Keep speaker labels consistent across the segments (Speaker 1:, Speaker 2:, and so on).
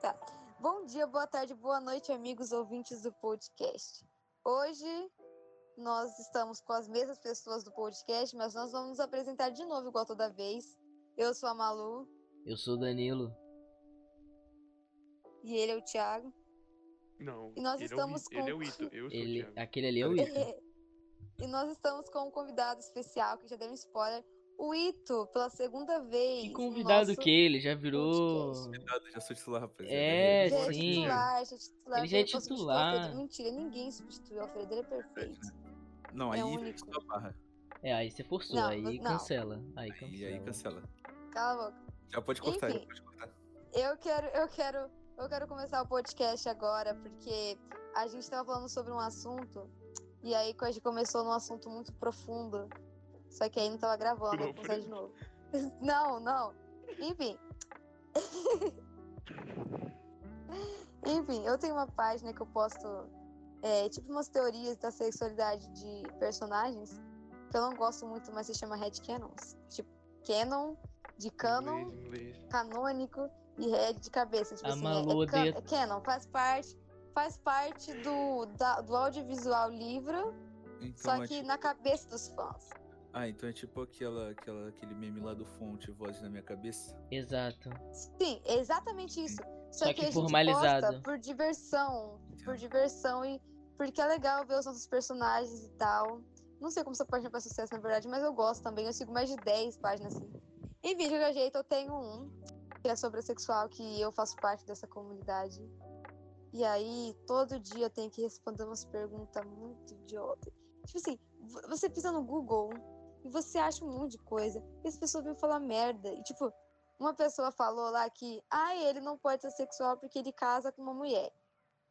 Speaker 1: Tá. Bom dia, boa tarde, boa noite, amigos ouvintes do podcast. Hoje nós estamos com as mesmas pessoas do podcast, mas nós vamos nos apresentar de novo, igual toda vez. Eu sou a Malu
Speaker 2: Eu sou o Danilo.
Speaker 1: e ele é o Thiago.
Speaker 3: Não.
Speaker 1: E nós
Speaker 3: ele
Speaker 1: estamos
Speaker 3: é o, I- Ele é
Speaker 1: com-
Speaker 3: o Ito. Eu sou
Speaker 2: Ele,
Speaker 3: o Thiago.
Speaker 2: aquele ali é o Ito.
Speaker 1: E nós estamos com um convidado especial que já deu um spoiler, o Ito, pela segunda vez.
Speaker 2: Que
Speaker 1: no
Speaker 2: convidado
Speaker 1: nosso-
Speaker 2: que ele já virou.
Speaker 1: podcast.
Speaker 4: Cuidado, já sou titular, rapaziada.
Speaker 2: É,
Speaker 1: Já é
Speaker 2: sim.
Speaker 1: titular, já é titular.
Speaker 2: Ele já é
Speaker 1: veio pra substituir o
Speaker 2: titular.
Speaker 1: Alfredo. Mentira, ninguém substituiu. O Alfredo ele é perfeito.
Speaker 4: Não,
Speaker 1: é
Speaker 4: aí
Speaker 1: único.
Speaker 4: fez tua barra.
Speaker 2: É, aí você forçou,
Speaker 1: Não,
Speaker 2: aí
Speaker 1: não.
Speaker 2: cancela. Aí cancela.
Speaker 4: Aí, aí cancela.
Speaker 1: Cala a boca.
Speaker 4: Já pode cortar,
Speaker 1: Enfim.
Speaker 4: já pode cortar.
Speaker 1: Eu quero, eu quero, eu quero começar o podcast agora, porque a gente estava falando sobre um assunto, e aí a gente começou num assunto muito profundo. Só que aí não tava gravando, eu começar de novo. Não, não. Enfim. Enfim, eu tenho uma página que eu posto é, tipo umas teorias da sexualidade de personagens que eu não gosto muito, mas se chama Red Canons. Tipo, Canon de Canon
Speaker 3: Inglês, inglês.
Speaker 1: canônico e red de cabeça. Tipo
Speaker 2: A
Speaker 1: assim,
Speaker 2: Malu
Speaker 1: é, é, can-
Speaker 2: odeia-
Speaker 1: é canon, faz parte, faz parte do, da- do audiovisual livro,
Speaker 4: Então
Speaker 1: só
Speaker 4: é
Speaker 1: que
Speaker 4: tipo-
Speaker 1: na cabeça dos fãs.
Speaker 4: Ah, então é tipo aquela, aquela, aquele meme lá do fonte, voz na minha cabeça.
Speaker 2: Exato.
Speaker 1: Sim, é exatamente isso. Só,
Speaker 2: Só
Speaker 1: que,
Speaker 2: que
Speaker 1: a gente
Speaker 2: formalizado.
Speaker 1: posta por diversão, por diversão e porque é legal ver os nossos personagens e tal. Não sei como essa página faz sucesso, na verdade, mas eu gosto também. Eu sigo mais de 10 páginas assim. E vídeo que jeito, eu tenho um, que é sobre a sexual, que eu faço parte dessa comunidade. E aí, todo dia eu tenho que responder umas perguntas muito idiota. Tipo assim, v- você pisa no Google e você acha um monte de coisa. E as pessoas vêm falar merda. E tipo, uma pessoa falou lá que, ah, ele não pode ser sexual porque ele casa com uma mulher.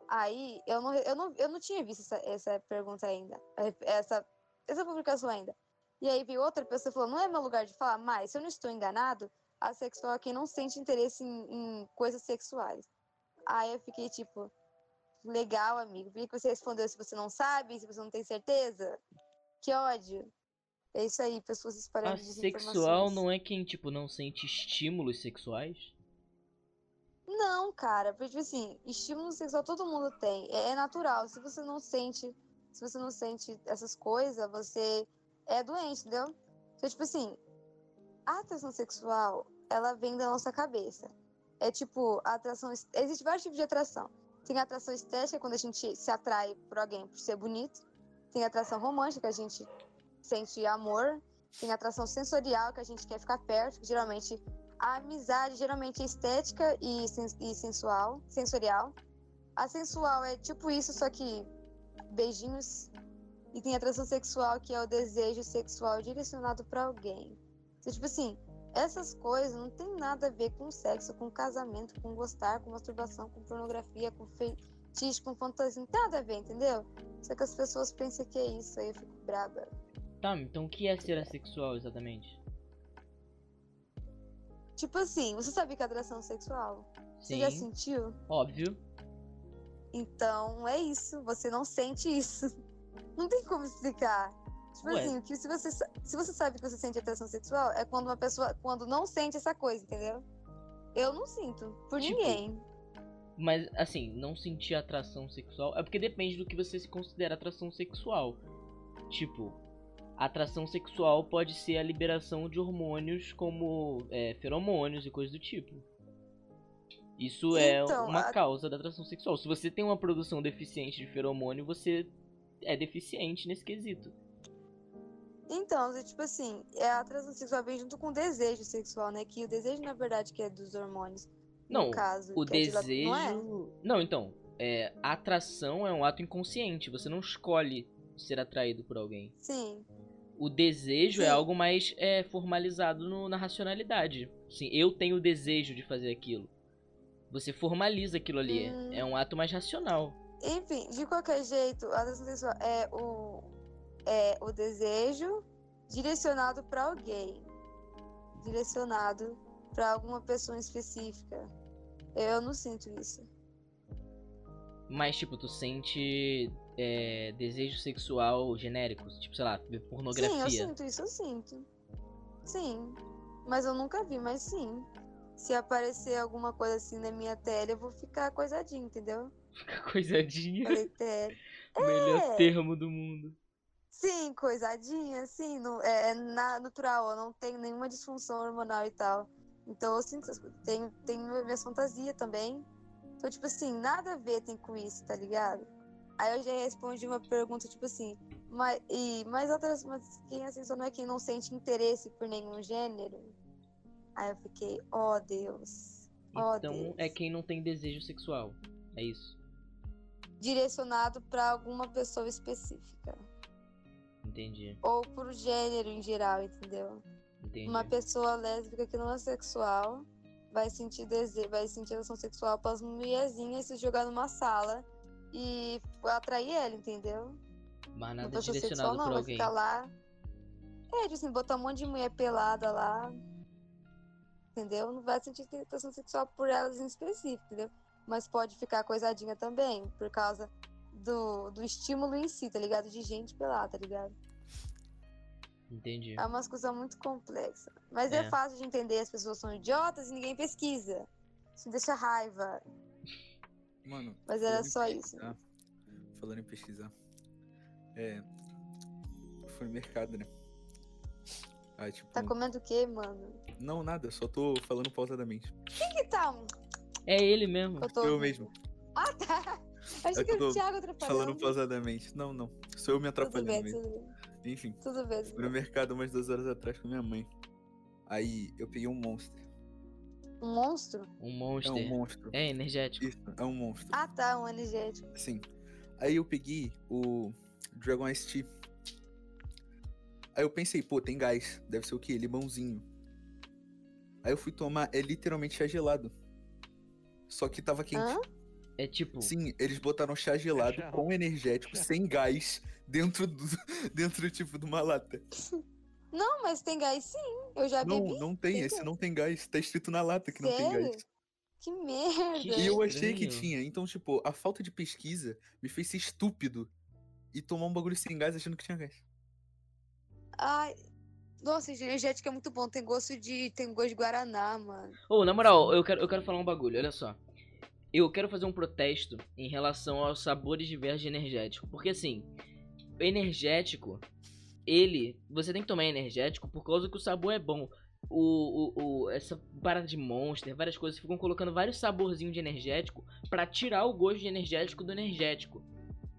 Speaker 1: Aí, eu não, eu não, eu não tinha visto essa, essa pergunta ainda, eh, essa, essa publicação ainda. E aí veio outra pessoa e falou, não é meu lugar de falar, mas se eu não estou enganado, a sexual é quem não sente interesse em, em coisas sexuais. Aí eu fiquei tipo, legal, amigo, por que que você respondeu se você não sabe, se você não tem certeza? Que ódio. É isso aí, pessoas espalhando
Speaker 2: Asexual
Speaker 1: desinformações.
Speaker 2: não é quem, tipo, não sente estímulos sexuais?
Speaker 1: Não, cara, porque tipo assim, estímulo sexual todo mundo tem, é, é natural. Se você não sente, se você não sente essas coisas, você é doente, entendeu? Então, tipo assim, a atração sexual, ela vem da nossa cabeça. É tipo, a atração, es- existe vários tipos de atração. Tem a atração estética, quando a gente se atrai por alguém por ser bonito. Tem a atração romântica, a gente sente amor. Tem a atração sensorial, que a gente quer ficar perto, que geralmente a amizade geralmente é estética e, sen- e sensual, sensorial. A sensual é tipo isso, só que beijinhos. E tem a atração sexual, que é o desejo sexual direcionado pra alguém. Então, tipo assim, essas coisas não tem nada a ver com sexo, com casamento, com gostar, com masturbação, com pornografia, com fetiche, com fantasia. Não tem nada a ver, entendeu? Só que as pessoas pensam que é isso, aí eu fico braba.
Speaker 2: Tá, então o que é ser assexual exatamente?
Speaker 1: Tipo assim, você sabe que é atração sexual? Você
Speaker 2: Sim,
Speaker 1: já sentiu?
Speaker 2: óbvio.
Speaker 1: Então é isso, você não sente isso. Não tem como explicar. Tipo
Speaker 2: Ué.
Speaker 1: assim, o que se você, sa- se você sabe que você sente atração sexual, é quando uma pessoa quando não sente essa coisa, entendeu? Eu não sinto, por
Speaker 2: Tipo,
Speaker 1: ninguém.
Speaker 2: Mas, assim, não sentir atração sexual é porque depende do que você se considera atração sexual. Tipo, atração sexual pode ser a liberação de hormônios como é, feromônios e coisas do tipo. Isso é
Speaker 1: Então,
Speaker 2: uma
Speaker 1: a-
Speaker 2: causa da atração sexual. Se você tem uma produção deficiente de feromônio, você é deficiente nesse quesito.
Speaker 1: Então, é tipo assim, é a atração sexual vem junto com o desejo sexual, né? Que o desejo, na verdade, que é dos hormônios.
Speaker 2: Não,
Speaker 1: no caso,
Speaker 2: o
Speaker 1: que é de lá-
Speaker 2: desejo.
Speaker 1: Não é?
Speaker 2: Não, então, é, a atração é um ato inconsciente. Você não escolhe ser atraído por alguém.
Speaker 1: Sim.
Speaker 2: O desejo é
Speaker 1: Sim.
Speaker 2: algo mais é, formalizado no- na racionalidade. Sim, eu tenho o desejo de fazer aquilo. Você formaliza aquilo ali.
Speaker 1: Hum.
Speaker 2: É um ato mais racional.
Speaker 1: Enfim, de qualquer jeito, a atração sexual é o, é o desejo direcionado para alguém. Direcionado para alguma pessoa específica. Eu não sinto isso.
Speaker 2: Mas, tipo, tu sente é, desejo sexual genérico. Tipo, sei lá, tu vê
Speaker 1: Sim, eu
Speaker 2: pornografia.
Speaker 1: sinto isso, eu sinto. Sim. Mas eu nunca vi, mas sim. se aparecer alguma coisa assim na minha tela, eu vou ficar coisadinha, entendeu?
Speaker 2: Fica coisadinha.
Speaker 1: Falei, tele.
Speaker 2: Melhor termo do mundo.
Speaker 1: Sim, coisadinha, sim, não, é, é na- natural, eu não tenho nenhuma disfunção hormonal e tal. Então eu sinto, essas coisas. tenho, tenho minhas fantasias também. Então, tipo assim, nada a ver tem com isso, tá ligado? Aí eu já respondi uma pergunta, tipo assim, mas, e, mas outras, mas quem assim só não é quem não sente interesse por nenhum gênero? Aí eu fiquei, ó oh, Deus, ó
Speaker 2: Então
Speaker 1: Deus.
Speaker 2: é quem não tem desejo sexual. É isso.
Speaker 1: Direcionado pra alguma pessoa específica.
Speaker 2: Entendi.
Speaker 1: Ou pro gênero em geral, entendeu?
Speaker 2: Entendi.
Speaker 1: Uma pessoa lésbica que não é sexual vai sentir desejo, vai sentir relação sexual para as mulherzinhas se jogar numa sala e atrair ela, entendeu?
Speaker 2: Mas
Speaker 1: Uma
Speaker 2: nada
Speaker 1: pessoa sexual
Speaker 2: direcionado
Speaker 1: não,
Speaker 2: pra
Speaker 1: vai
Speaker 2: alguém.
Speaker 1: ficar lá. É, tipo assim, botar um monte de mulher pelada lá. Entendeu? Não vai sentir tentação sexual por elas em específico, entendeu? Mas pode ficar coisadinha também, por causa do, do estímulo em si, tá ligado? De gente pelada, tá ligado?
Speaker 2: Entendi.
Speaker 1: É uma discussão muito complexa. Mas é.
Speaker 2: É.
Speaker 1: fácil de entender, as pessoas são idiotas e ninguém pesquisa. Isso me deixa raiva.
Speaker 4: Mano.
Speaker 1: Mas
Speaker 4: falando
Speaker 1: era
Speaker 4: em
Speaker 1: só isso.
Speaker 4: pesquisar- Falando em pesquisar. É. Foi no mercado, né? Aí, tipo.
Speaker 1: Tá comendo o quê, mano?
Speaker 4: Não, nada, só tô falando pausadamente.
Speaker 1: Que tal?
Speaker 2: É ele mesmo.
Speaker 1: que Eu, tô...
Speaker 4: Eu mesmo,
Speaker 1: Ah, tá. Acho
Speaker 4: É que
Speaker 1: que
Speaker 4: eu
Speaker 1: o
Speaker 4: tô
Speaker 1: Thiago atrapalhou.
Speaker 4: falando pausadamente. Não, não. Sou eu me
Speaker 1: tudo bem,
Speaker 4: atrapalhando mesmo.
Speaker 1: tudo bem.
Speaker 4: Enfim,
Speaker 1: Tudo bem. tudo
Speaker 4: fui no mercado umas duas horas atrás com minha mãe. Aí eu peguei um monstro.
Speaker 1: bem. Um monstro?
Speaker 2: Um
Speaker 4: É
Speaker 2: monster.
Speaker 4: um monstro.
Speaker 2: É energético.
Speaker 4: Isso, é um monstro.
Speaker 1: Ah, tá, um energético.
Speaker 4: Sim. Aí eu peguei o Dragon Ice Tea. Aí eu pensei, pô, tem gás. Deve ser o quê? Limãozinho. Aí eu fui tomar, é literalmente chá gelado. Só que tava quente.
Speaker 1: Hã?
Speaker 2: É tipo.
Speaker 4: Sim, eles botaram chá gelado
Speaker 3: chá.
Speaker 4: com energético,
Speaker 3: Chá.
Speaker 4: sem gás, dentro do, dentro tipo de uma lata.
Speaker 1: Não, mas tem gás sim. Eu já
Speaker 4: Não,
Speaker 1: bebi.
Speaker 4: não tem,
Speaker 1: tem
Speaker 4: esse
Speaker 1: gás.
Speaker 4: não tem gás. Tá escrito na lata que não tem
Speaker 1: Sério?
Speaker 4: gás.
Speaker 1: Que merda.
Speaker 2: Que
Speaker 4: E eu achei que
Speaker 2: É Estranho.
Speaker 4: tinha. Então, tipo, a falta de pesquisa me fez ser estúpido e tomar um bagulho sem gás achando que tinha gás.
Speaker 1: Ai. Nossa, energético é muito bom. Tem gosto de. Tem gosto de Guaraná, mano.
Speaker 2: Ô, na moral, eu quero, eu quero falar um bagulho, olha só. Eu quero fazer um protesto em relação aos sabores de verde energético. Porque assim, energético, ele. Você tem que tomar energético por causa que o sabor é bom. O, o, o- essa parada de monster, várias coisas, ficam colocando vários saborzinhos de energético pra tirar o gosto de energético do energético.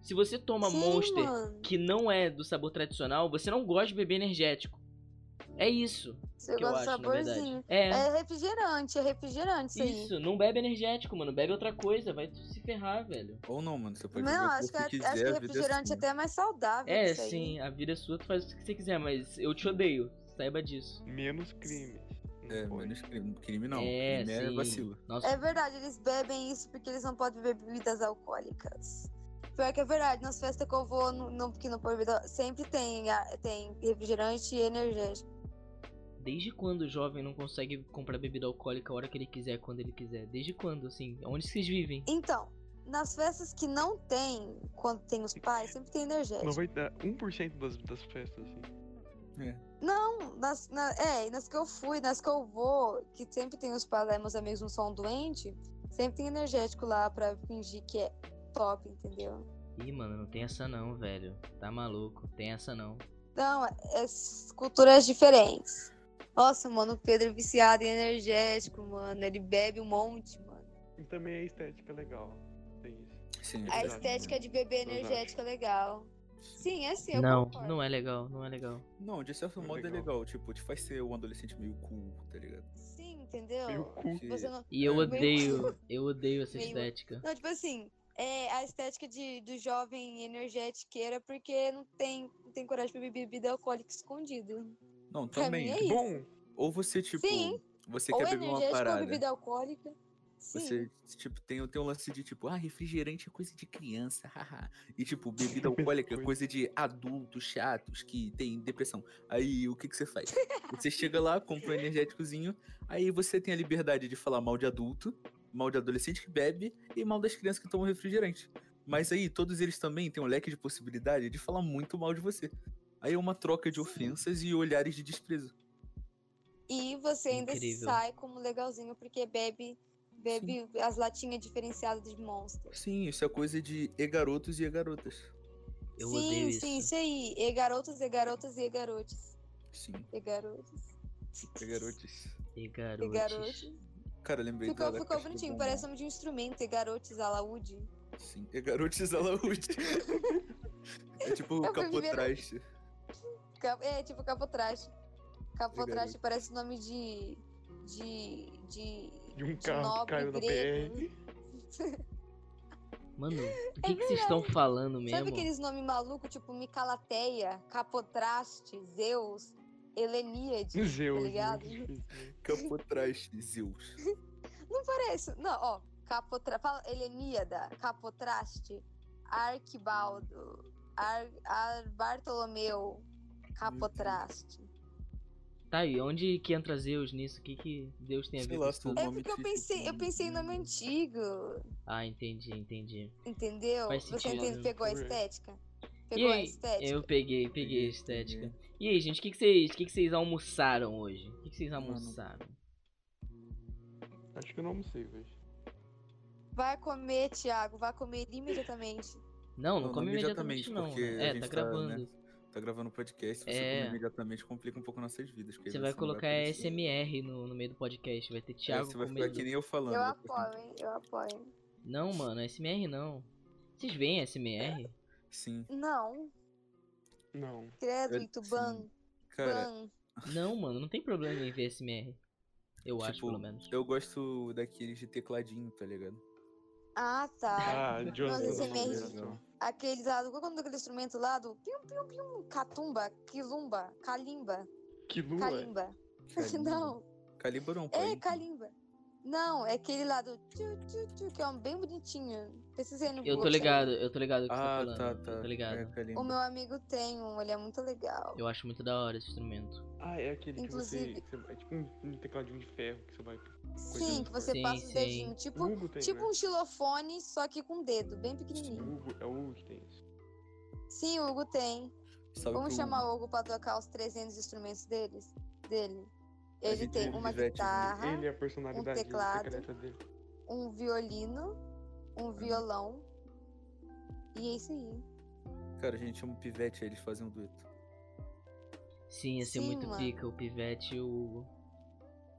Speaker 2: Se você toma
Speaker 1: Sim,
Speaker 2: monster
Speaker 1: Mano.
Speaker 2: que não é do sabor tradicional, você não gosta de beber energético. É isso
Speaker 1: Você
Speaker 2: que eu
Speaker 1: gosta
Speaker 2: acho,
Speaker 1: de
Speaker 2: na verdade.
Speaker 1: saborzinho.
Speaker 2: É.
Speaker 1: É refrigerante, é refrigerante isso, aí.
Speaker 2: Isso, não bebe energético, mano. Bebe outra coisa, vai se ferrar, velho.
Speaker 4: Ou não, mano. Você pode
Speaker 1: Não,
Speaker 4: beber o
Speaker 1: acho que,
Speaker 4: corpo que
Speaker 1: acho que
Speaker 4: quiser, a vida é
Speaker 1: refrigerante
Speaker 4: sua.
Speaker 1: até é mais saudável.
Speaker 2: É,
Speaker 1: que isso aí.
Speaker 2: sim, a vida é sua, tu faz o que você quiser, mas eu te odeio. Saiba disso.
Speaker 3: Menos crimes. Não
Speaker 4: É,
Speaker 3: pode.
Speaker 4: menos crime, crime não.
Speaker 2: é,
Speaker 4: crime é
Speaker 2: sim.
Speaker 4: vacilo.
Speaker 2: Nossa,
Speaker 1: É verdade, eles bebem isso porque eles não podem beber bebidas alcoólicas. Pior que é verdade, nas festas que eu vou, no, no, que não pode bebida, sempre tem, a- tem refrigerante e energético.
Speaker 2: desde quando o jovem não consegue comprar bebida alcoólica a hora que ele quiser, quando ele quiser? Desde quando, assim? Onde vocês vivem?
Speaker 1: Então, nas festas que não tem, quando tem os pais, sempre tem energético.
Speaker 3: 90, 1% das, das festas, assim.
Speaker 1: Não, nas, na- é, e nas que eu fui, nas que eu vou, que sempre tem os é pais lá, e meus amigos não são doentes, um sempre tem energético lá pra fingir que é top, entendeu?
Speaker 2: Ih, mano, não tem essa não, velho. Tá maluco, tem essa não.
Speaker 1: Não, é, é s- culturas diferentes. Nossa, mano, o Pedro é viciado em energético, mano. Ele bebe um monte, mano.
Speaker 3: E também a estética é legal. Tem isso.
Speaker 4: Sim,
Speaker 1: A
Speaker 3: Verdade.
Speaker 1: estética de beber
Speaker 3: Verdade.
Speaker 1: energético é legal. Sim, é sim, eu
Speaker 2: não,
Speaker 1: concordo.
Speaker 2: não é legal, não é legal.
Speaker 4: Não, de certo
Speaker 3: É
Speaker 4: modo é
Speaker 3: legal.
Speaker 4: legal. Tipo, te faz ser um adolescente meio cool, tá ligado?
Speaker 1: Sim, entendeu?
Speaker 3: Meio cu.
Speaker 4: Que-
Speaker 1: Você não...
Speaker 2: E eu
Speaker 1: Meio-
Speaker 2: odeio, eu odeio essa
Speaker 1: Meio-
Speaker 2: estética.
Speaker 1: Não, tipo assim, é a estética de, do jovem energetiqueira porque não tem, não tem coragem pra beber bebida alcoólica escondida.
Speaker 4: Não,
Speaker 1: Pra mim
Speaker 4: também. tipo,
Speaker 1: é isso.
Speaker 3: Bom,
Speaker 4: Ou você, tipo,
Speaker 1: Sim.
Speaker 4: você
Speaker 1: ou
Speaker 4: quer beber uma
Speaker 1: energética ou
Speaker 4: parada.
Speaker 1: bebida alcoólica. Sim.
Speaker 4: Você, tipo, tem, tem um lance de tipo, ah, refrigerante é coisa de criança, haha. E tipo, bebida alcoólica é coisa de adultos chatos que tem depressão. Aí o que, que você faz? Você chega lá, compra um energéticozinho, aí você tem a liberdade de falar mal de adulto, mal de adolescente que bebe e mal das crianças que tomam refrigerante. Mas aí todos eles também têm um leque de possibilidade de falar muito mal de você. Aí é uma troca de
Speaker 1: Sim.
Speaker 4: ofensas e olhares de desprezo.
Speaker 1: E você ainda
Speaker 2: Incrível.
Speaker 1: sai como legalzinho porque bebe, bebe as latinhas diferenciadas de monstro.
Speaker 4: Sim, isso é coisa de e garotos e e garotas.
Speaker 2: Eu
Speaker 1: sim,
Speaker 2: odeio
Speaker 1: sim,
Speaker 2: isso.
Speaker 1: isso aí. E garotos, e garotas, e garotes.
Speaker 4: Sim,
Speaker 1: E garotos.
Speaker 4: e garotes.
Speaker 2: E
Speaker 1: E
Speaker 2: garotos.
Speaker 1: garotes.
Speaker 4: Cara, lembrei
Speaker 1: Ficou,
Speaker 4: da
Speaker 1: ficou
Speaker 4: caixa do
Speaker 1: bonitinho,
Speaker 4: bombom.
Speaker 1: parece um nome de instrumento. E garotes, alaúde.
Speaker 4: Sim, é e garotes alaúde. é tipo
Speaker 1: Eu
Speaker 4: o
Speaker 1: fui ver-
Speaker 4: capotraste.
Speaker 1: Cap- É, tipo capotraste. Capotraste
Speaker 4: garoto.
Speaker 1: parece nome de. de. de.
Speaker 3: De um
Speaker 1: de
Speaker 3: carro que
Speaker 1: nobre
Speaker 3: caiu na
Speaker 1: grego. tá
Speaker 3: BR.
Speaker 2: Mano, o que, que vocês estão falando mesmo?
Speaker 1: É Sabe aqueles nomes malucos, tipo Micalateia, Capotraste, Zeus, Heleníade?
Speaker 3: Zeus.
Speaker 1: ligado?
Speaker 3: muito difícil, né?
Speaker 4: Capotraste, Zeus.
Speaker 1: Não parece. Não, ó, Capotra... fala Heleníada, Capotraste, Arquibaldo, Ar... Ar- Bartolomeu, Capotraste.
Speaker 2: Tá aí, onde que entra Zeus nisso? O que, que Deus tem a
Speaker 4: Sei
Speaker 2: ver
Speaker 4: lá,
Speaker 2: com isso?
Speaker 4: sou-
Speaker 1: É
Speaker 4: Nome
Speaker 1: porque eu
Speaker 4: difícil,
Speaker 1: pensei, eu
Speaker 4: nome
Speaker 1: pensei em nome antigo,
Speaker 2: Ah, entendi, entendi.
Speaker 1: entendeu?
Speaker 2: Faz
Speaker 1: Você
Speaker 2: sentido.
Speaker 1: entende, pegou a
Speaker 3: Por-
Speaker 1: estética? Pegou a
Speaker 2: aí,
Speaker 1: estética?
Speaker 2: Eu peguei, peguei a estética. E aí, gente, o que, que vocês. O que, que vocês almoçaram hoje? O que, que vocês
Speaker 4: Mano.
Speaker 2: almoçaram?
Speaker 3: Acho que eu não almocei, velho.
Speaker 1: Vai comer, Thiago, vai comer imediatamente.
Speaker 2: Não, não,
Speaker 4: Não,
Speaker 2: come
Speaker 4: não
Speaker 2: imediatamente,
Speaker 4: imediatamente,
Speaker 2: não.
Speaker 4: porque
Speaker 2: né?
Speaker 4: a
Speaker 2: É,
Speaker 4: gente
Speaker 2: tá
Speaker 4: tá, né,
Speaker 2: gravando.
Speaker 4: Tá gravando podcast, você
Speaker 2: É.
Speaker 4: come imediatamente, complica um pouco nossas vidas. porque aí um
Speaker 2: Você vai
Speaker 4: não
Speaker 2: colocar
Speaker 4: aparecer.
Speaker 2: SMR no, no meio do podcast, vai ter
Speaker 4: Aí
Speaker 2: Thiago
Speaker 4: você tá vai ficar
Speaker 2: comendo.
Speaker 4: que nem eu falando.
Speaker 1: Eu
Speaker 4: vai ficar assim,
Speaker 1: apoio, hein? Eu apoio.
Speaker 2: Não, mano, é SMR não. Vocês veem SMR?
Speaker 4: Sim,
Speaker 1: Não,
Speaker 3: Não.
Speaker 1: credo,
Speaker 4: Eu-
Speaker 1: Ituban,
Speaker 4: sim. cara,
Speaker 1: ban.
Speaker 2: Não, mano, não tem problema em ver SMR. Eu acho,
Speaker 4: Tipo,
Speaker 2: pelo menos.
Speaker 4: eu gosto daqueles de tecladinho, tá ligado?
Speaker 1: Ah, tá.
Speaker 3: Ah, Jonas.
Speaker 1: Mas
Speaker 3: eu não
Speaker 1: SMR.
Speaker 3: almocei, não.
Speaker 1: Aqueles lá, qual é o nome daquele instrumento lá do pium, pium, pium, catumba, quilumba, calimba,
Speaker 3: Que lua.
Speaker 1: calimba.
Speaker 4: Calimba.
Speaker 1: Não,
Speaker 4: Calibra não, pô.
Speaker 1: é
Speaker 4: hein?
Speaker 1: calimba. Não, é aquele lá do tchu, tchu, tchu, que é um bem bonitinho. Precisei no
Speaker 2: Eu tô
Speaker 1: Google,
Speaker 2: ligado, eu tô ligado o que
Speaker 4: Ah,
Speaker 2: você tá
Speaker 4: tá,
Speaker 2: falando.
Speaker 4: tá.
Speaker 2: Eu tô
Speaker 4: É,
Speaker 2: ligado.
Speaker 1: sabe? O
Speaker 4: Calimba.
Speaker 1: meu amigo tem um, ele é muito legal.
Speaker 2: Eu acho muito da hora esse instrumento.
Speaker 3: Ah, é aquele
Speaker 1: Inclusive-
Speaker 3: que você. que você- É tipo um, um tecladinho de ferro que você vai.
Speaker 1: Sim, que você
Speaker 2: Sim,
Speaker 1: passa o
Speaker 2: sim.
Speaker 1: dedinho,
Speaker 3: o
Speaker 1: tipo,
Speaker 3: Hugo tem,
Speaker 1: tipo
Speaker 3: né?
Speaker 1: um xilofone, só que com dedo, bem
Speaker 3: O
Speaker 1: pequenininho.
Speaker 3: Hugo, é o Hugo que tem isso.
Speaker 1: Sim, o Hugo tem.
Speaker 4: Salve
Speaker 1: Vamos
Speaker 4: pro
Speaker 1: chamar
Speaker 4: Hugo.
Speaker 1: o Hugo pra tocar os 300 instrumentos deles, dele.
Speaker 4: A
Speaker 1: Ele
Speaker 4: gente
Speaker 1: tem
Speaker 4: ouve
Speaker 1: uma
Speaker 4: Ivete,
Speaker 1: guitarra.
Speaker 3: Ele é a personalidade
Speaker 1: teclado.
Speaker 3: secreta dele.
Speaker 1: um violino,
Speaker 3: Uhum.
Speaker 1: um violão. E é isso aí.
Speaker 4: Cara, a gente chama o Pivete, aí eles fazem um dueto.
Speaker 2: Sim, ia ser
Speaker 1: Sim,
Speaker 2: muito
Speaker 1: mano.
Speaker 2: pica, o Pivete e o.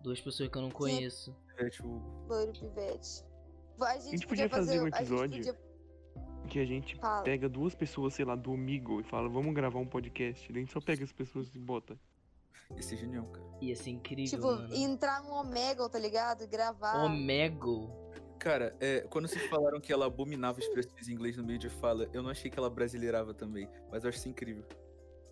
Speaker 2: Duas pessoas que eu não conheço.
Speaker 4: Pivete, o...
Speaker 1: Loiro pivete. A gente,
Speaker 3: podia fazer um episódio.
Speaker 1: A gente podia...
Speaker 3: Que a gente
Speaker 1: Fala.
Speaker 3: pega duas pessoas, sei lá, do Omigo e fala, vamos gravar um podcast. A gente só pega as pessoas e bota.
Speaker 4: Esse é genial, cara.
Speaker 2: Ia ser incrível,
Speaker 1: Tipo,
Speaker 2: mano.
Speaker 1: entrar no Omega, tá ligado? E gravar.
Speaker 2: Omego.
Speaker 4: Cara, é, quando vocês falaram que ela abominava expressões em inglês no meio de fala, eu não achei que ela brasileirava também, mas eu acho isso incrível.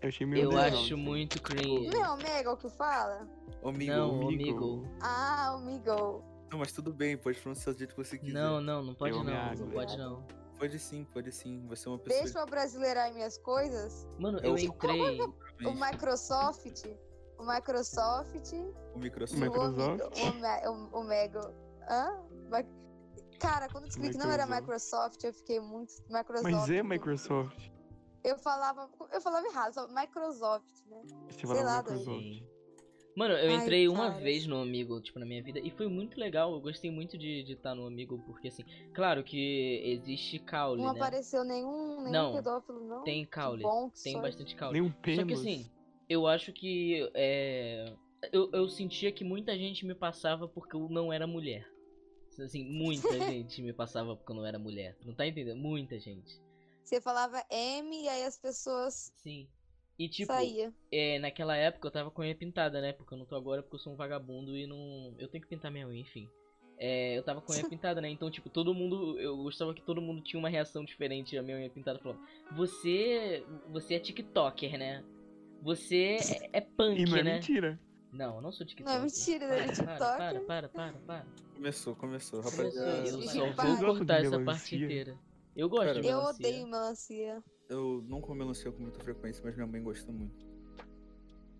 Speaker 3: Eu achei meio
Speaker 2: Eu
Speaker 3: legal,
Speaker 2: acho
Speaker 3: assim.
Speaker 2: muito cringe.
Speaker 1: Não é Omega o que fala?
Speaker 4: Ô, Tipo, amigo,
Speaker 2: Não,
Speaker 3: amigo.
Speaker 2: amigo.
Speaker 1: Ah, Omigo.
Speaker 4: não, mas tudo bem, pode pronunciar do jeito que você quiser.
Speaker 2: Não, não, não pode
Speaker 3: Eu me
Speaker 2: não.
Speaker 3: ago.
Speaker 2: Não pode não.
Speaker 4: Pode sim, pode sim. Você é uma pessoa
Speaker 1: Deixa eu brasileirar minhas coisas.
Speaker 2: Mano,
Speaker 4: Eu
Speaker 2: eu
Speaker 4: sou-
Speaker 2: entrei.
Speaker 1: O
Speaker 4: extremamente
Speaker 1: Microsoft. O Microsoft. um
Speaker 4: com o Microsoft.
Speaker 1: O
Speaker 3: Microsoft?
Speaker 1: Omega. O Omega. Hã? Mi- Cara, quando eu descobri que não era Microsoft, eu fiquei muito. Microsoft.
Speaker 3: Mas é
Speaker 1: Microsoft.
Speaker 3: Microsoft.
Speaker 1: Eu falava, eu falava errado, só Microsoft, né?
Speaker 3: Você vai lá
Speaker 1: lá,
Speaker 3: Microsoft.
Speaker 2: Sim. Mano, eu
Speaker 1: Ai,
Speaker 2: entrei uma
Speaker 1: cara.
Speaker 2: vez no Amigo, tipo, na minha vida, e foi muito legal. Eu gostei muito de de estar no Amigo, porque assim, claro que existe caule,
Speaker 1: não
Speaker 2: né?
Speaker 1: apareceu nenhum, nenhum
Speaker 2: Não,
Speaker 1: pedófilo, não.
Speaker 2: Tem
Speaker 1: Que
Speaker 2: caule,
Speaker 1: bom que
Speaker 2: tem
Speaker 1: só-
Speaker 2: bastante caule.
Speaker 3: Nem um
Speaker 2: Só
Speaker 3: pênis.
Speaker 2: que assim, eu acho que é, eu, eu sentia que muita gente me passava porque eu não era mulher. Assim, muita gente me passava porque eu não era mulher. Não tá entendendo? Muita gente.
Speaker 1: Você falava M e aí as pessoas
Speaker 2: Sim. E tipo,
Speaker 1: saíam.
Speaker 2: é, naquela época eu tava com a unha pintada, né? Porque eu não tô agora porque eu sou um vagabundo e não. Eu tenho que pintar minha unha, enfim. É, eu tava com a unha pintada, né? Então, tipo, todo mundo. Eu gostava que todo mundo tinha uma reação diferente à minha unha pintada. Falou: Você. Você é TikToker, né? Você é, é punk,
Speaker 3: E não é
Speaker 2: né?
Speaker 3: mentira.
Speaker 2: Não, eu não sou TikTok.
Speaker 1: Não é mentira, né? TikToker.
Speaker 2: Para, para, para, para.
Speaker 4: Começou, começou.
Speaker 2: Começou,
Speaker 4: Rapaziada,
Speaker 1: Isso,
Speaker 2: eu
Speaker 1: isso
Speaker 2: só
Speaker 1: para.
Speaker 2: vou
Speaker 1: Eu
Speaker 3: gosto de
Speaker 2: cortar essa
Speaker 3: melancia.
Speaker 2: parte inteira. Eu gosto
Speaker 4: Cara,
Speaker 2: de
Speaker 1: Eu
Speaker 2: melancia.
Speaker 1: odeio melancia.
Speaker 4: eu não como melancia com muita frequência, mas minha mãe gosta muito.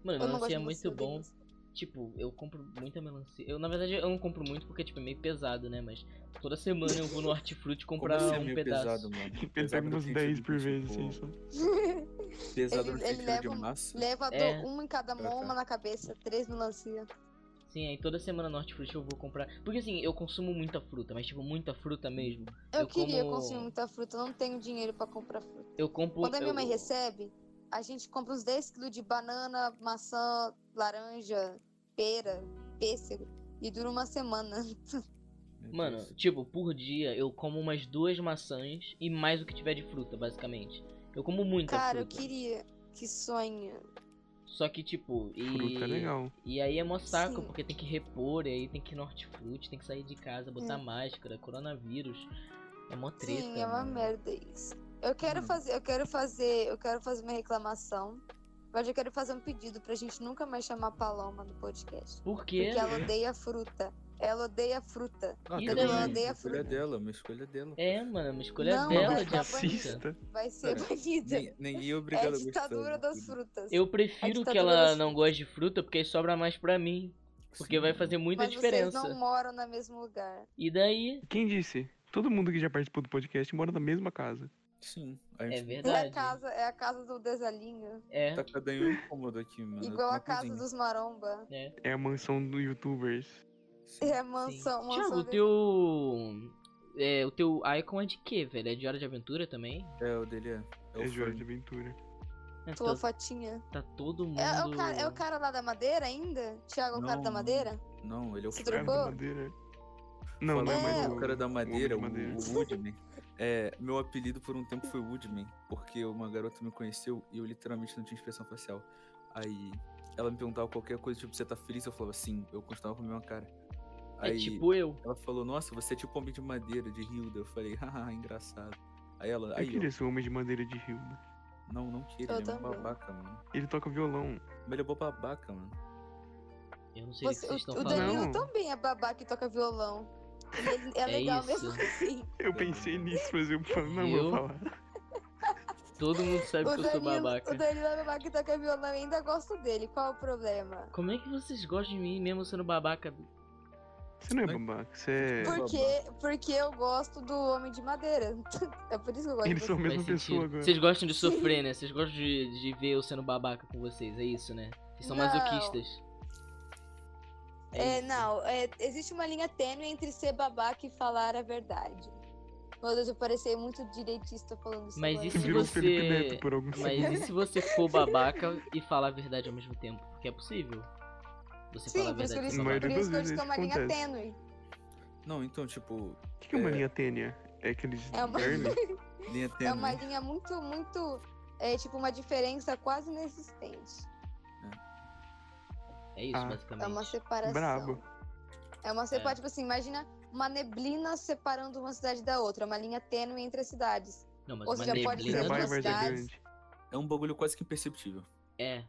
Speaker 2: Mano,
Speaker 1: Eu não gosto
Speaker 2: melancia
Speaker 1: de
Speaker 2: é
Speaker 1: melancia,
Speaker 2: muito
Speaker 1: eu odeio
Speaker 2: bom.
Speaker 1: melancia.
Speaker 2: Tipo, eu compro muita melancia. Eu, na verdade, eu não compro muito porque, tipo, é meio pesado, né? Mas toda semana eu vou no Hortifruti comprar
Speaker 4: Como você é
Speaker 2: um
Speaker 4: meio
Speaker 2: pedaço.
Speaker 4: pesado, mano.
Speaker 3: Ele
Speaker 4: Pesado
Speaker 3: pega
Speaker 4: no
Speaker 3: umas
Speaker 4: sentido
Speaker 3: 10 por
Speaker 4: de,
Speaker 3: vez,
Speaker 4: tipo,
Speaker 3: assim, só.
Speaker 4: Pesado
Speaker 1: Ele-
Speaker 4: no
Speaker 1: ele
Speaker 4: sentido de
Speaker 1: leva- um
Speaker 4: massa.
Speaker 1: Leva
Speaker 2: É.
Speaker 1: do- uma em cada mão,
Speaker 4: tá.
Speaker 1: uma na cabeça, três melancia.
Speaker 2: Sim, aí toda semana no Hortifruti eu vou comprar. Porque assim, eu consumo muita fruta, mas tipo, muita fruta mesmo.
Speaker 1: Eu,
Speaker 2: Eu
Speaker 1: queria
Speaker 2: como-
Speaker 1: consumir muita fruta, eu não tenho dinheiro pra comprar fruta.
Speaker 2: Eu compro.
Speaker 1: Quando a minha
Speaker 2: eu-
Speaker 1: mãe recebe, a gente compra uns 10 quilos de banana, maçã, laranja, pera, pêssego. E dura uma semana.
Speaker 4: Meu
Speaker 2: Mano,
Speaker 4: Deus.
Speaker 2: tipo, por dia eu como umas duas maçãs e mais o que tiver de fruta, basicamente. Eu como muita
Speaker 1: Cara, eu
Speaker 2: fruta.
Speaker 1: queria. Que sonho.
Speaker 2: Só que, tipo, e.
Speaker 3: Fruta é legal.
Speaker 2: E aí é mó saco,
Speaker 1: Sim.
Speaker 2: porque tem que repor, e aí tem que ir no hortifruti, tem que sair de casa, botar
Speaker 1: É.
Speaker 2: máscara, coronavírus. É mó treta.
Speaker 1: Sim, é uma
Speaker 2: mano.
Speaker 1: merda isso. Eu quero
Speaker 4: Hum.
Speaker 1: fazer, eu quero fazer, eu quero fazer uma reclamação. Mas eu quero fazer um pedido pra gente nunca mais chamar a Paloma no podcast.
Speaker 2: Por quê?
Speaker 1: Porque ela odeia fruta. Ela odeia fruta.
Speaker 4: Ah,
Speaker 2: e daí?
Speaker 4: tudo bem,
Speaker 1: odeio a
Speaker 2: Eu
Speaker 4: uma escolha
Speaker 1: fruta.
Speaker 4: dela, uma escolha dela.
Speaker 2: É, mano, uma escolha
Speaker 1: Não,
Speaker 2: dela
Speaker 1: mas
Speaker 2: de
Speaker 1: tá
Speaker 2: fruta.
Speaker 3: Racista.
Speaker 1: Vai ser
Speaker 4: Cara,
Speaker 1: banida.
Speaker 4: Nem- Ninguém é
Speaker 1: É
Speaker 4: obrigado
Speaker 1: a
Speaker 4: a gostar. né?
Speaker 1: ditadura
Speaker 4: de
Speaker 1: das
Speaker 4: tudo.
Speaker 1: frutas.
Speaker 2: Eu prefiro que
Speaker 1: ditadura
Speaker 2: ela
Speaker 1: das
Speaker 2: não goste de fruta, porque aí sobra mais pra mim. Porque
Speaker 4: Sim.
Speaker 2: vai fazer muita
Speaker 1: mas
Speaker 2: diferença.
Speaker 1: vocês não moram no mesmo lugar.
Speaker 2: E daí?
Speaker 3: Quem disse? Todo mundo que já participou do podcast mora na mesma casa.
Speaker 4: Sim, a
Speaker 2: É
Speaker 4: gente
Speaker 1: É
Speaker 2: verdade.
Speaker 1: a casa, é a casa do Desalinho.
Speaker 2: É,
Speaker 4: tá cada um incômodo aqui, mano.
Speaker 1: Igual
Speaker 4: na
Speaker 1: a casa
Speaker 4: cozinha.
Speaker 1: dos Maromba.
Speaker 2: é.
Speaker 3: É a mansão do youtubers.
Speaker 4: Sim.
Speaker 1: É a
Speaker 2: Sim.
Speaker 1: mansão,
Speaker 2: Thiago,
Speaker 1: mansão
Speaker 2: o teu. É, o teu icon é de quê, velho? É de hora de aventura também?
Speaker 4: É, o dele é.
Speaker 3: É,
Speaker 4: É o
Speaker 3: Jorge
Speaker 4: Fern.
Speaker 3: de Aventura.
Speaker 2: É,
Speaker 1: tua
Speaker 2: tá,
Speaker 1: fotinha.
Speaker 2: tá todo mundo.
Speaker 1: É, é o cara, é o cara lá da madeira ainda? Thiago, é o cara
Speaker 4: Não,
Speaker 1: da
Speaker 4: não.
Speaker 1: madeira?
Speaker 4: Não, ele é o
Speaker 1: Se
Speaker 3: Cara
Speaker 4: Fern.
Speaker 3: da
Speaker 1: Trocou?
Speaker 3: madeira. Não, não
Speaker 4: Falando
Speaker 3: é mais
Speaker 4: do um cara da
Speaker 3: homem de
Speaker 4: madeira, o,
Speaker 3: madeira.
Speaker 4: o Woodman. É, meu apelido por um tempo foi Woodman, porque uma garota me conheceu e eu literalmente não tinha expressão facial. Aí ela me perguntava qualquer coisa, tipo, você tá feliz? Eu falava sim, eu continuava com a mesma cara.
Speaker 2: É
Speaker 4: Aí
Speaker 2: tipo eu.
Speaker 4: ela falou, nossa, você é tipo homem de madeira, de Hilda. Eu falei, haha, engraçado. Aí ela,
Speaker 3: Eu
Speaker 4: aí
Speaker 3: queria ser o homem de madeira de Hilda.
Speaker 4: ó, não, não queria,
Speaker 1: Eu
Speaker 4: ele é mó
Speaker 1: também.
Speaker 4: babaca, mano.
Speaker 3: Ele toca violão.
Speaker 4: Mas ele é mó babaca, mano.
Speaker 2: Eu não sei o que
Speaker 1: Você-
Speaker 2: vocês
Speaker 1: o,
Speaker 2: estão
Speaker 1: o
Speaker 2: falando.
Speaker 1: Danilo
Speaker 3: Não.
Speaker 1: também é babá que toca violão. Ele é
Speaker 2: É
Speaker 1: legal
Speaker 2: isso.
Speaker 1: mesmo assim.
Speaker 3: Eu pensei nisso, mas eu falei, não vou
Speaker 2: Viu?
Speaker 3: falar.
Speaker 2: Todo mundo sabe
Speaker 1: O
Speaker 2: que eu sou
Speaker 1: Danilo,
Speaker 2: babaca.
Speaker 1: o Danilo é babá que toca violão e ainda gosto dele. Qual o problema?
Speaker 2: Como é que vocês gostam de mim mesmo sendo babaca?
Speaker 3: Você não é
Speaker 4: Mas-
Speaker 3: babaca, você é.
Speaker 4: Por-
Speaker 1: Porque, porque eu gosto do Homem de Madeira. É por isso que eu gosto
Speaker 3: Eles
Speaker 1: de
Speaker 3: são a
Speaker 1: você.
Speaker 3: mesma
Speaker 2: Faz sentido.
Speaker 3: pessoa agora.
Speaker 2: Vocês gostam de sofrer, né? Vocês gostam de, de ver eu sendo babaca com vocês, é isso, né? Vocês são
Speaker 1: Não.
Speaker 2: masoquistas.
Speaker 1: É,
Speaker 2: isso.
Speaker 1: não, é, existe uma linha tênue entre ser babaca e falar a verdade. Meu Deus, eu parecia muito direitista falando isso.
Speaker 2: Mas
Speaker 1: agora.
Speaker 2: e
Speaker 3: Você
Speaker 2: se
Speaker 3: virou o
Speaker 2: você-
Speaker 3: Felipe Neto por algum segundo.
Speaker 2: Mas e se você for babaca e falar a verdade ao mesmo tempo? Porque é possível. Você
Speaker 1: Sim,
Speaker 2: é falar a
Speaker 1: por isso que eu
Speaker 2: verdade. e
Speaker 1: disse
Speaker 3: Na
Speaker 2: falar-
Speaker 3: maioria
Speaker 1: por isso que eu
Speaker 3: das
Speaker 1: disse que é uma
Speaker 3: vezes
Speaker 1: linha
Speaker 3: acontece.
Speaker 1: tênue.
Speaker 4: Não, então, tipo,
Speaker 3: O que que é uma
Speaker 4: É.
Speaker 3: linha tênia? É aqueles
Speaker 1: É uma-
Speaker 3: vermes?
Speaker 4: linha
Speaker 1: É
Speaker 4: tênue.
Speaker 1: uma
Speaker 4: né?
Speaker 1: linha muito, muito. É tipo uma diferença quase inexistente.
Speaker 2: É isso,
Speaker 3: Ah.
Speaker 2: basicamente.
Speaker 1: É uma separação.
Speaker 3: Brabo.
Speaker 1: É uma separação.
Speaker 2: É.
Speaker 1: Tipo assim, imagina uma neblina separando uma cidade da outra. Uma linha tênue entre as cidades.
Speaker 2: Não, mas
Speaker 1: Ou
Speaker 2: uma
Speaker 1: seja, pode
Speaker 3: Isso
Speaker 1: ser
Speaker 2: neblina-
Speaker 3: é
Speaker 1: duas
Speaker 3: bairro
Speaker 1: cidades.
Speaker 3: grande.
Speaker 4: É um bagulho quase que imperceptível.
Speaker 2: É,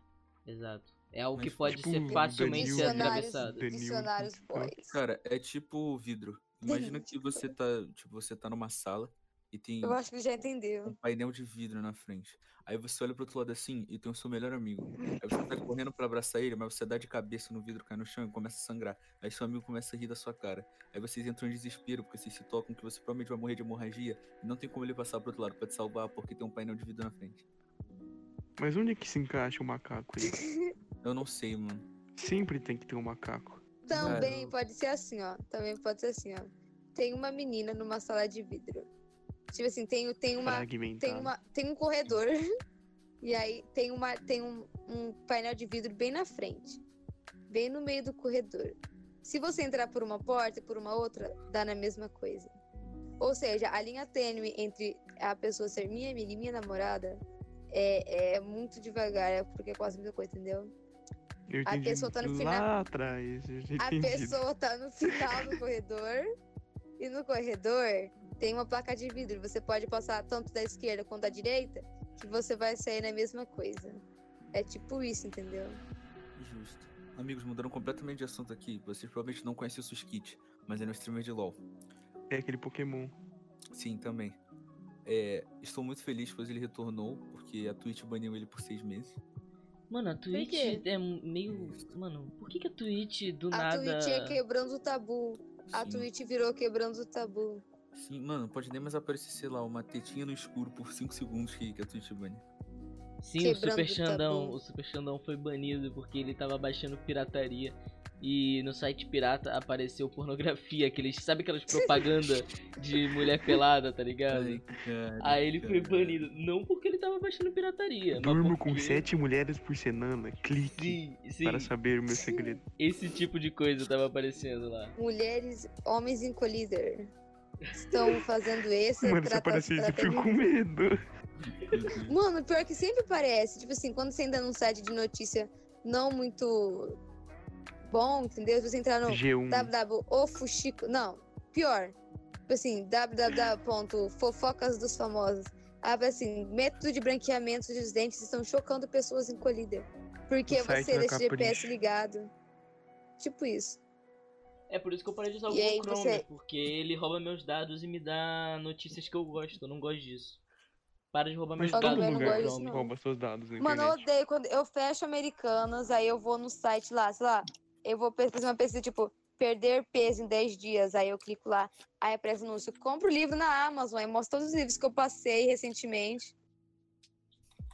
Speaker 2: exato. É algo que
Speaker 4: Mas,
Speaker 2: pode
Speaker 3: tipo,
Speaker 2: ser
Speaker 3: Danilo-
Speaker 2: facilmente
Speaker 1: Dicionários,
Speaker 2: atravessado.
Speaker 3: Danilo.
Speaker 1: dicionários boys.
Speaker 4: Cara, é tipo vidro. Imagina que você tá, tipo, você tá numa sala e tem
Speaker 1: Eu acho que já entendeu.
Speaker 4: um painel de vidro na frente. Aí você olha pro outro lado assim e tem o seu melhor amigo. Aí você tá correndo pra abraçar ele, mas você dá de cabeça no vidro, cai no chão e começa a sangrar. Aí seu amigo começa a rir da sua cara. Aí vocês entram em desespero porque vocês se tocam que você provavelmente vai morrer de hemorragia e não tem como ele passar pro outro lado pra te salvar porque tem um painel de vidro na frente.
Speaker 3: Mas onde é que se encaixa o macaco aí?
Speaker 4: Eu não sei, mano.
Speaker 3: Sempre tem que ter um macaco.
Speaker 1: Também
Speaker 4: Cara,
Speaker 1: pode ser assim, ó. Também pode ser assim, ó. Tem uma menina numa sala de vidro. Tipo assim, tem, tem uma tem,
Speaker 3: Fragmentado.
Speaker 1: uma, tem um corredor e aí tem, uma, tem um, um painel de vidro bem na frente, bem no meio do corredor. Se você entrar por uma porta e por uma outra, dá na mesma coisa. Ou seja, a linha tênue entre a pessoa ser minha amiga e minha namorada é, é muito devagar, é porque é quase a mesma coisa, entendeu?
Speaker 3: Eu
Speaker 1: a
Speaker 3: entendi
Speaker 1: pessoa tá no
Speaker 3: lá
Speaker 1: final-
Speaker 3: atrás. Eu já
Speaker 1: A
Speaker 3: entendi.
Speaker 1: pessoa tá no final do corredor e no corredor tem uma placa de vidro. Você pode passar tanto da esquerda quanto da direita que você vai sair na mesma coisa. É tipo isso, entendeu?
Speaker 4: Justo. Amigos, mudando completamente de assunto aqui. Vocês provavelmente não conhecem o Suskit, mas ele é um streamer de LoL.
Speaker 3: É aquele Pokémon.
Speaker 4: Sim, também. É, estou muito feliz, pois ele retornou, porque a Twitch baniu ele por seis meses.
Speaker 2: Mano, a Twitch
Speaker 1: quê?
Speaker 2: é meio. Mano, por que, que a Twitch do
Speaker 1: A
Speaker 2: nada.
Speaker 1: Twitch é quebrando o tabu. A
Speaker 4: Sim,
Speaker 1: Twitch virou quebrando o tabu.
Speaker 4: sim, mano, pode nem mais aparecer, sei lá, uma tetinha no escuro por cinco segundos que, que a Twitch bane.
Speaker 2: Sim, o
Speaker 1: Quebrando
Speaker 2: Super
Speaker 1: o tabu.
Speaker 2: Xandão. O Super Xandão foi banido porque ele tava baixando pirataria. e no site pirata apareceu pornografia, aqueles, sabe aquelas propaganda de mulher pelada, tá ligado? Aí ele foi banido, não porque ele tava baixando pirataria, mas
Speaker 3: Durmo
Speaker 2: porque...
Speaker 3: com sete mulheres por semana. Clique
Speaker 2: Sim, sim,
Speaker 3: para saber o meu segredo.
Speaker 2: esse tipo de coisa tava aparecendo lá.
Speaker 1: Mulheres, homens em colíder. Estão fazendo esse
Speaker 3: Mano, se
Speaker 1: trata-
Speaker 3: aparecer isso, eu
Speaker 1: trata-
Speaker 3: fico com medo.
Speaker 1: Mano, pior que sempre parece. Tipo assim, quando você entra num site de notícia não muito bom, entendeu? Se você entrar no
Speaker 3: G1.
Speaker 1: www.ofuxico. Não, pior. Tipo assim, www.fofocasdosfamosos. Ah, assim, método de branqueamento dos dentes estão chocando pessoas em colíder. Porque
Speaker 3: O site
Speaker 1: você
Speaker 3: vai
Speaker 1: deixa o GPS
Speaker 3: capricho.
Speaker 1: ligado. Tipo isso.
Speaker 2: É por isso que eu parei de usar o
Speaker 1: E aí
Speaker 2: Google Chrome,
Speaker 1: você-
Speaker 2: porque ele rouba meus dados e me dá notícias que eu gosto, eu não gosto disso. Para de roubar meus
Speaker 3: Mas
Speaker 1: Todo
Speaker 2: dados.
Speaker 3: todo
Speaker 1: mundo
Speaker 3: lugar
Speaker 1: gosta disso, não.
Speaker 3: rouba seus dados na
Speaker 1: Mano, eu
Speaker 3: internet.
Speaker 1: odeio quando eu fecho Americanas, aí eu vou no site lá, sei lá, eu vou pe- fazer uma pesquisa tipo perder peso em 10 dias, aí eu clico lá, aí aparece o anúncio, compro o livro na Amazon, aí mostra todos os livros que eu passei recentemente.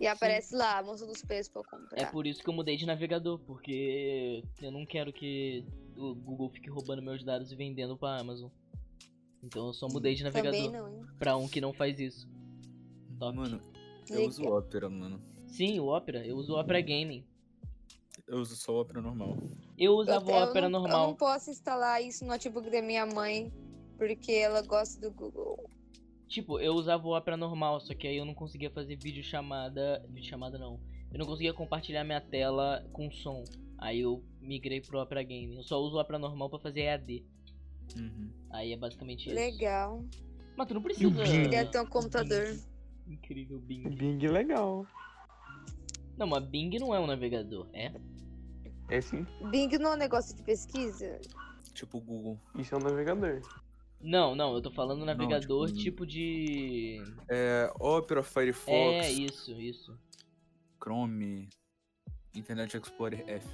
Speaker 1: E aparece lá, mostra os preços pra eu comprar.
Speaker 2: É por isso que eu mudei de navegador, porque eu não quero que o Google fique roubando meus dados e vendendo pra Amazon. Então eu só mudei de
Speaker 1: Também
Speaker 2: navegador
Speaker 1: não, hein?
Speaker 2: pra um que não faz isso. Top.
Speaker 4: Uhum. Mano, eu
Speaker 1: Legal.
Speaker 4: uso Opera, mano.
Speaker 2: Sim, o Opera, eu uso o Opera Gaming.
Speaker 4: Eu uso só Opera normal.
Speaker 1: Eu-
Speaker 2: Eu usava
Speaker 1: eu
Speaker 2: o Opera
Speaker 1: não- Eu não
Speaker 2: normal.
Speaker 1: posso instalar isso no notebook da minha mãe, porque ela gosta do Google.
Speaker 2: Tipo, eu usava o Opera normal, só que aí eu não conseguia fazer videochamada. Videochamada não. Eu não conseguia compartilhar minha tela com som. Aí eu migrei pro Opera Gaming. Eu só uso o Opera normal pra fazer EAD.
Speaker 4: Uhum.
Speaker 2: Aí é basicamente isso.
Speaker 1: Legal.
Speaker 2: Mas tu não precisa.
Speaker 3: Bing.
Speaker 1: Queria ter um computador.
Speaker 2: Incrível, Bing.
Speaker 3: Bing é legal.
Speaker 2: Não, mas Bing não é um navegador, é?
Speaker 3: É sim,
Speaker 1: Bing não é um negócio de pesquisa?
Speaker 4: Tipo Google.
Speaker 3: isso é um navegador.
Speaker 2: Não, não, eu tô falando navegador
Speaker 4: tipo-
Speaker 2: tipo, de.
Speaker 4: É, Opera,
Speaker 2: É,
Speaker 4: Firefox,
Speaker 2: isso, isso.
Speaker 4: Chrome, Internet Explorer F,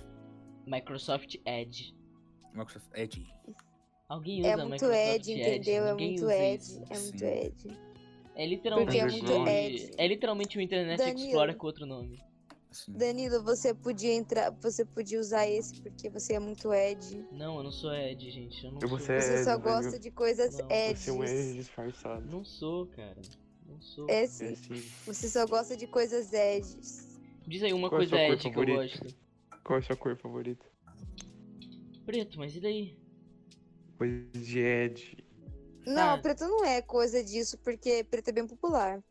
Speaker 2: Microsoft Edge.
Speaker 4: Microsoft Edge.
Speaker 2: Alguém usa
Speaker 1: É muito
Speaker 2: Microsoft
Speaker 1: Ed, entendeu? É
Speaker 2: Ninguém
Speaker 1: muito
Speaker 2: usa
Speaker 1: Ed.
Speaker 2: isso.
Speaker 1: É muito
Speaker 4: Sim.
Speaker 1: Ed.
Speaker 2: É literalmente.
Speaker 3: Porque é muito
Speaker 1: Edge.
Speaker 2: é literalmente o Internet
Speaker 1: Danilo.
Speaker 2: Explorer com outro nome.
Speaker 4: Assim.
Speaker 1: Danilo, você podia entrar, você podia usar esse porque você é muito Ed.
Speaker 2: Não, eu não sou Edge, gente. Eu não
Speaker 3: Eu vou
Speaker 2: sou.
Speaker 3: ser-
Speaker 1: Você
Speaker 3: É,
Speaker 1: só
Speaker 3: Danilo.
Speaker 1: gosta de coisas
Speaker 2: Não,
Speaker 1: Eds.
Speaker 3: Você é um Edge disfarçado.
Speaker 2: Não sou, cara. Não sou.
Speaker 1: É
Speaker 3: É
Speaker 1: sim.
Speaker 3: sim.
Speaker 1: Você só gosta de coisas Eds.
Speaker 2: Diz aí uma
Speaker 3: Qual é a
Speaker 2: coisa
Speaker 3: sua cor
Speaker 2: Edge que eu
Speaker 3: favorita?
Speaker 2: gosto.
Speaker 3: Qual é a sua cor favorita?
Speaker 2: Preto, mas e daí?
Speaker 3: Coisa de Ed.
Speaker 1: Não,
Speaker 2: Ah.
Speaker 1: preto não é coisa disso, porque preto é bem popular.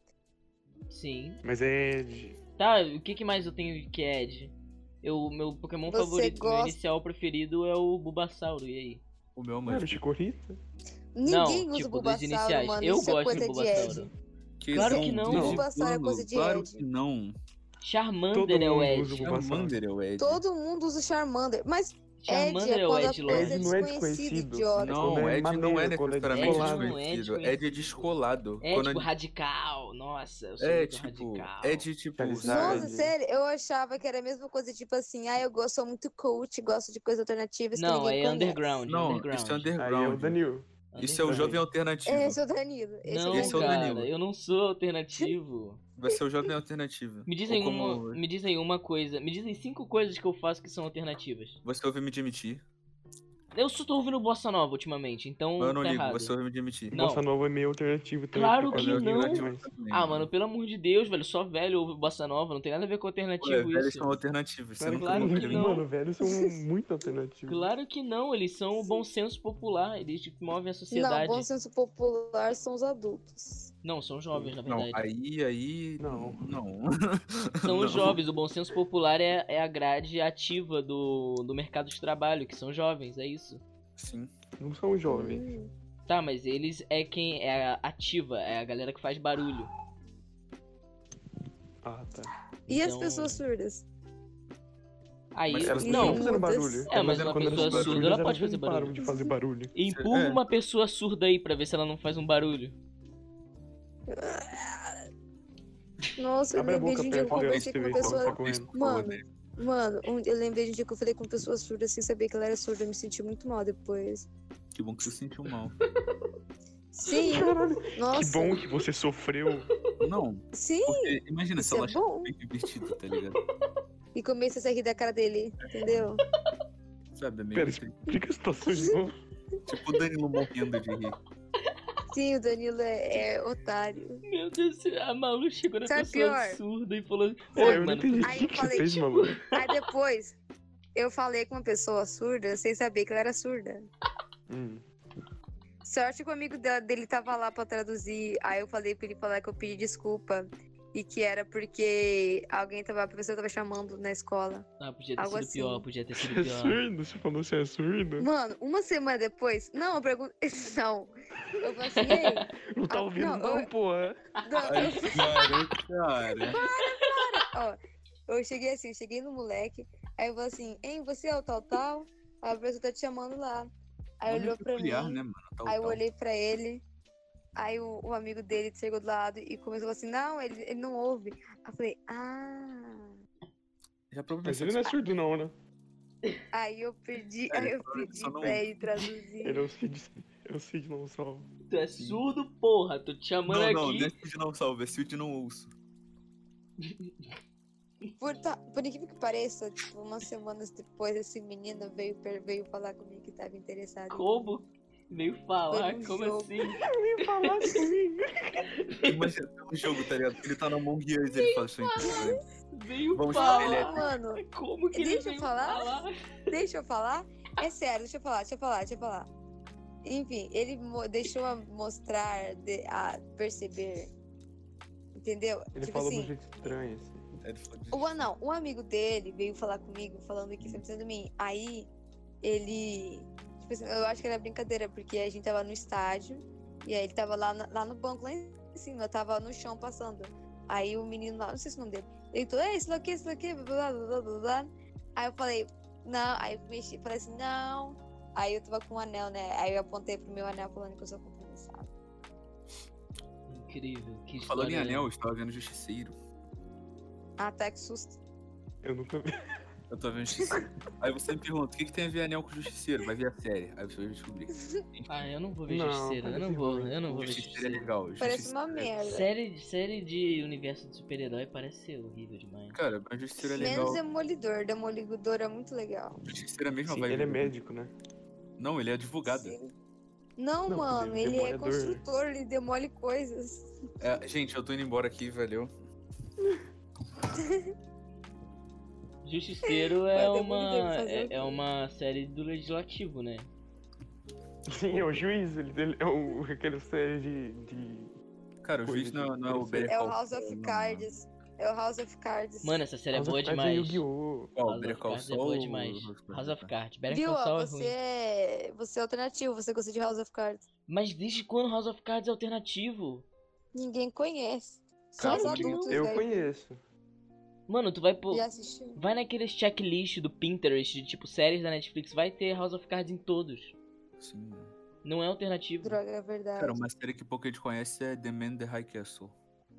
Speaker 2: Sim.
Speaker 3: Mas é Ed.
Speaker 2: Tá, o que, que mais eu tenho que é Edge? Eu, meu Pokémon
Speaker 1: Você
Speaker 2: favorito, meu
Speaker 1: gosta-
Speaker 2: inicial preferido é o Bulbasauro, e aí?
Speaker 4: O meu é
Speaker 3: Mano,
Speaker 4: Magic.
Speaker 3: Chicorita?
Speaker 1: Ninguém
Speaker 2: não,
Speaker 1: usa
Speaker 2: tipo, dos
Speaker 1: Bulbasauro,
Speaker 2: iniciais.
Speaker 1: mano.
Speaker 2: eu
Speaker 1: isso é
Speaker 2: gosto
Speaker 1: coisa
Speaker 2: do
Speaker 1: de Ed.
Speaker 2: Bulbasauro. Claro que não.
Speaker 4: desde
Speaker 1: Bulbasauro é
Speaker 4: quando?
Speaker 1: coisa de
Speaker 4: Claro
Speaker 1: Ed.
Speaker 4: que não.
Speaker 2: Charmander
Speaker 3: Todo
Speaker 2: é o
Speaker 3: mundo usa o
Speaker 2: Ed.
Speaker 3: Bulbasauro.
Speaker 4: Charmander é o Ed.
Speaker 1: Todo mundo usa Charmander, mas
Speaker 2: Charmander
Speaker 1: Ed
Speaker 2: é
Speaker 1: é
Speaker 2: o
Speaker 1: quando a
Speaker 2: Ed
Speaker 1: coisa é
Speaker 2: Lorde.
Speaker 3: Ed não é
Speaker 1: desconhecida,
Speaker 3: desconhecido.
Speaker 1: idiota. tipo
Speaker 4: Não,
Speaker 3: Quando é
Speaker 4: Ed não é
Speaker 3: maneiro, quando é
Speaker 4: necessariamente
Speaker 2: descolado.
Speaker 4: desconhecido.
Speaker 2: Ed é
Speaker 4: Ed é descolado.
Speaker 2: É,
Speaker 4: Quando
Speaker 2: tipo, radical. Nossa, eu sou
Speaker 4: É,
Speaker 2: muito
Speaker 4: tipo,
Speaker 2: radical.
Speaker 4: Ed, tipo,
Speaker 3: Charizard.
Speaker 1: Nossa,
Speaker 3: Verdade.
Speaker 4: sabe?
Speaker 1: sério, eu achava que era a mesma coisa, tipo assim, ah, eu go- sou muito coach, gosto de coisas alternativas que
Speaker 2: Não,
Speaker 1: ninguém
Speaker 2: é
Speaker 1: conhece.
Speaker 2: underground.
Speaker 4: Não,
Speaker 2: underground.
Speaker 4: isso é
Speaker 3: Aí é o
Speaker 4: underground.
Speaker 3: Danilo.
Speaker 4: Isso é o
Speaker 2: Underground.
Speaker 4: jovem alternativo.
Speaker 1: Esse é o Danilo. Esse
Speaker 2: Não,
Speaker 1: é o
Speaker 4: esse é o
Speaker 1: Danilo.
Speaker 2: cara,
Speaker 4: Danilo.
Speaker 2: eu não sou alternativo.
Speaker 4: Vai ser é o jovem alternativo.
Speaker 2: Me um dizem,
Speaker 4: Ou como
Speaker 2: uma, me dizem uma coisa. Me dizem cinco coisas que eu faço que são alternativas.
Speaker 4: Você ouviu me demitir.
Speaker 2: Eu só tô ouvindo Bossa Nova ultimamente, então
Speaker 4: Mas eu não
Speaker 2: tá
Speaker 4: ligo,
Speaker 2: errado.
Speaker 4: você ouviu me demitir.
Speaker 2: Não.
Speaker 3: Bossa Nova é meio alternativo também.
Speaker 2: Claro
Speaker 3: por
Speaker 2: que
Speaker 3: causa da
Speaker 2: não.
Speaker 3: alternativo, mas-
Speaker 2: Ah, mano, pelo amor de Deus, velho. Só velho ouve Bossa Nova. Não tem nada a ver com
Speaker 4: Ué,
Speaker 2: alternativo
Speaker 4: velhos
Speaker 2: isso.
Speaker 4: são alternativos. Você
Speaker 3: Claro,
Speaker 4: nunca
Speaker 2: claro
Speaker 4: ouviu
Speaker 2: que
Speaker 4: me
Speaker 2: não.
Speaker 4: demitir.
Speaker 3: Mano, velhos são muito alternativos.
Speaker 2: Claro que não, eles são o bom senso popular, eles tipo, movem
Speaker 1: Não,
Speaker 2: a sociedade.
Speaker 1: bom senso popular são os adultos.
Speaker 2: Não, são jovens, na
Speaker 4: Não,
Speaker 2: verdade.
Speaker 4: aí, aí.
Speaker 3: Não.
Speaker 4: Não.
Speaker 2: São os
Speaker 4: não.
Speaker 2: jovens, o bom senso popular é, é a grade ativa do, do mercado de trabalho, que são jovens, é isso.
Speaker 4: Sim.
Speaker 3: Não são jovens.
Speaker 1: Hum.
Speaker 2: Tá, mas eles é quem é a ativa, é a galera que faz barulho.
Speaker 3: Ah, tá.
Speaker 1: E as
Speaker 2: Então-
Speaker 1: pessoas surdas?
Speaker 2: Aí,
Speaker 4: Mas elas
Speaker 2: não,
Speaker 3: continuam fazendo barulho.
Speaker 2: É, mas uma
Speaker 3: Quando elas
Speaker 2: pessoa
Speaker 3: são
Speaker 2: surda,
Speaker 3: surdas,
Speaker 2: ela pode
Speaker 3: elas
Speaker 2: fazer
Speaker 3: não param
Speaker 2: barulho.
Speaker 3: de fazer barulho.
Speaker 2: empurra
Speaker 4: É.
Speaker 2: uma pessoa surda aí pra ver se ela não faz um barulho.
Speaker 1: Nossa, eu
Speaker 3: Abre a
Speaker 1: lembrei de
Speaker 3: boca
Speaker 1: um dia que eu
Speaker 3: perto dela
Speaker 1: conversei
Speaker 3: pra
Speaker 1: com
Speaker 3: você
Speaker 1: uma
Speaker 3: ver quando
Speaker 1: pessoa.
Speaker 3: tá correndo.
Speaker 1: Mano, mano, um- eu lembrei de um dia que eu falei com pessoas surdas sem saber que ela era surda. Eu me senti muito mal depois.
Speaker 4: Que bom que você sentiu mal.
Speaker 1: Sim,
Speaker 3: Que
Speaker 1: nossa.
Speaker 3: bom que você sofreu.
Speaker 4: Não,
Speaker 1: Sim,
Speaker 4: porque imagina se
Speaker 1: isso
Speaker 4: ela
Speaker 1: é
Speaker 4: achava
Speaker 1: bom.
Speaker 4: bem divertido, tá ligado?
Speaker 1: E comecei a rir da cara dele, entendeu?
Speaker 4: Sabe, é meio
Speaker 3: Pera,
Speaker 4: triste.
Speaker 3: Explica a situação de novo.
Speaker 4: Tipo o Danilo morrendo de rir.
Speaker 1: Sim, o Danilo é, é otário.
Speaker 2: Meu Deus, do céu, a Malu chegou na
Speaker 1: Sabe
Speaker 2: pessoa
Speaker 1: é pior?
Speaker 2: absurda e
Speaker 4: É,
Speaker 2: falou:
Speaker 3: Pô,
Speaker 2: Oi,
Speaker 3: eu não
Speaker 2: mano.
Speaker 3: entendi o
Speaker 1: Aí
Speaker 3: que
Speaker 1: eu
Speaker 3: que
Speaker 1: falei,
Speaker 3: você fez,
Speaker 2: tipo,
Speaker 3: maluco.
Speaker 1: Aí depois, eu falei com uma pessoa surda sem saber que ela era surda.
Speaker 3: Hum.
Speaker 1: Sorte que o amigo dela, dele tava lá pra traduzir. Aí eu falei pra ele falar que eu pedi desculpa. E que era porque alguém tava, a professora tava chamando na escola.
Speaker 2: Ah, podia ter
Speaker 1: Algo
Speaker 2: sido
Speaker 1: assim.
Speaker 2: pior, podia ter
Speaker 3: Você
Speaker 2: sido
Speaker 3: é
Speaker 2: pior.
Speaker 3: surdo? Você falou que você é surdo?
Speaker 1: Mano, uma semana depois. Não, eu pergunto. Não. Eu falei assim, ei,
Speaker 3: Não tá
Speaker 1: Ah,
Speaker 3: ouvindo
Speaker 1: não,
Speaker 3: não,
Speaker 1: eu-
Speaker 3: porra.
Speaker 1: não, eu
Speaker 4: Ai, cara, cara.
Speaker 1: Eu cheguei assim, eu cheguei no moleque, aí eu falei assim, hein, você é o tal tal? Aí a pessoa tá te chamando lá. Aí
Speaker 4: Nome
Speaker 1: olhou pra
Speaker 4: peculiar,
Speaker 1: mim,
Speaker 4: né, mano? Tal,
Speaker 1: aí eu
Speaker 4: tal.
Speaker 1: olhei pra ele, aí o, o amigo dele chegou do lado e começou a falar assim, não, ele, ele não ouve. Aí eu falei, ah.
Speaker 4: Já provou
Speaker 3: Mas ele não é surdo não, né?
Speaker 1: Aí eu pedi,
Speaker 4: É, ele
Speaker 1: aí eu
Speaker 4: falou,
Speaker 1: pedi
Speaker 4: só não
Speaker 1: pra
Speaker 4: ouve.
Speaker 1: ele traduzir.
Speaker 3: Ele é o Cid. É o Cid não salvo.
Speaker 2: Tu é surdo, porra. Tô te chamando
Speaker 4: Não, não,
Speaker 2: aqui.
Speaker 4: não é Cid não salve, é Cid não ouço.
Speaker 1: Por, ta- por incrível que pareça, tipo, umas semanas depois, esse menino veio, per- veio falar comigo que tava interessado. em mim.
Speaker 2: Como? Veio falar,
Speaker 1: Foi num
Speaker 2: como
Speaker 1: um jogo.
Speaker 2: assim?
Speaker 3: Vem falar comigo.
Speaker 4: Imagina, tem um jogo, tá ligado? Ele tá na Among Us, ele fala assim.
Speaker 2: Veio
Speaker 4: Vamos
Speaker 2: falar.
Speaker 4: chamar ele é-
Speaker 1: Ah, Mano,
Speaker 2: Como que ele
Speaker 1: Deixa eu
Speaker 2: veio
Speaker 1: falar? Deixa eu falar? É sério, deixa eu falar, deixa eu falar, deixa eu falar. Enfim, ele mo- deixou a mostrar, de- a perceber. Entendeu?
Speaker 3: Ele
Speaker 1: tipo
Speaker 3: falou de um
Speaker 1: assim,
Speaker 3: jeito estranho, assim.
Speaker 4: Ele fala de-
Speaker 1: o anão, um amigo dele veio falar comigo, falando que você precisa de mim. Aí ele. Tipo assim, eu acho que era brincadeira, porque a gente tava no estádio e aí ele tava lá, na- lá no banco, lá em cima, eu tava no chão passando. Aí o menino lá, não sei se o nome dele, ele falou, ei, isso aqui, isso aqui, blá blá blá blá blá. Aí eu falei, não, aí eu mexi, falei assim, não. Aí eu tava com um anel, né? Aí eu apontei pro meu anel falando que eu sou compromissada.
Speaker 2: Incrível, que
Speaker 4: Falando em
Speaker 2: história
Speaker 4: anel, eu estava vendo Justiceiro.
Speaker 1: Ah, tá, que susto.
Speaker 3: Eu nunca vi.
Speaker 4: Eu tava vendo Justiceiro. Aí você me pergunta, o que, que tem a ver anel com Justiceiro? Vai ver a série. Aí você vai descobrir.
Speaker 2: Ah, eu não vou ver
Speaker 3: Não,
Speaker 2: Justiceira, eu
Speaker 3: parece
Speaker 2: não vou,
Speaker 3: ruim.
Speaker 2: eu não vou ver
Speaker 4: Justiceiro é
Speaker 2: Justiceira.
Speaker 4: legal.
Speaker 1: Parece
Speaker 4: Justiceiro
Speaker 1: uma
Speaker 4: é-
Speaker 1: merda.
Speaker 2: Série, série de universo de super-herói parece ser horrível demais.
Speaker 4: Cara, mas Justiceiro é legal.
Speaker 1: Menos demolidor, demolidor é muito legal.
Speaker 4: Justiceiro é a mesma
Speaker 3: Sim,
Speaker 4: vibe.
Speaker 3: ele é
Speaker 4: né?
Speaker 3: médico, né?
Speaker 4: Não, ele é advogado.
Speaker 1: Sim. Não,
Speaker 3: Não,
Speaker 1: mano,
Speaker 3: ele
Speaker 1: ele
Speaker 3: é
Speaker 1: é
Speaker 3: demolidor.
Speaker 1: construtor, ele demole coisas.
Speaker 4: É, gente, eu tô indo embora aqui, valeu.
Speaker 2: Justiceiro é
Speaker 1: Mas eu vou ter que
Speaker 2: uma,
Speaker 1: fazer
Speaker 2: é,
Speaker 1: o quê?
Speaker 2: é uma série do legislativo, né?
Speaker 3: Sim, é o juiz. Ele, ele é o, aquele série de, de...
Speaker 4: Cara, o
Speaker 3: Coisa
Speaker 4: juiz
Speaker 3: de-
Speaker 4: não, não é o
Speaker 3: parece-
Speaker 4: Better
Speaker 1: É o
Speaker 4: Call
Speaker 1: House of
Speaker 4: Saul, não,
Speaker 1: Cards. É o House of Cards.
Speaker 2: Mano, essa série é
Speaker 3: House
Speaker 2: boa
Speaker 3: of Cards é
Speaker 2: demais.
Speaker 3: Yu-Gi-oh!
Speaker 4: Não. Ó,
Speaker 2: House
Speaker 4: Better
Speaker 2: of
Speaker 4: Call
Speaker 2: Cards é
Speaker 4: Saul.
Speaker 2: boa demais. House of Cards, Better
Speaker 1: Viu?
Speaker 2: Call Saul é
Speaker 1: você,
Speaker 2: ruim.
Speaker 1: é... você é alternativo, você gosta de House of Cards.
Speaker 2: Mas desde quando House of Cards é alternativo?
Speaker 1: Ninguém conhece. Só
Speaker 4: Cara,
Speaker 1: os
Speaker 4: eu
Speaker 1: adultos,
Speaker 3: Eu
Speaker 1: velho.
Speaker 3: conheço.
Speaker 2: Mano, tu vai pôr.
Speaker 1: Já assistiu?
Speaker 2: Vai naqueles checklist do Pinterest, de, tipo, séries da Netflix, vai ter House of Cards em todos.
Speaker 4: Sim.
Speaker 2: Não é alternativo.
Speaker 1: Droga, é verdade.
Speaker 4: Cara, uma série que pouca gente conhece é The Man in the High Castle.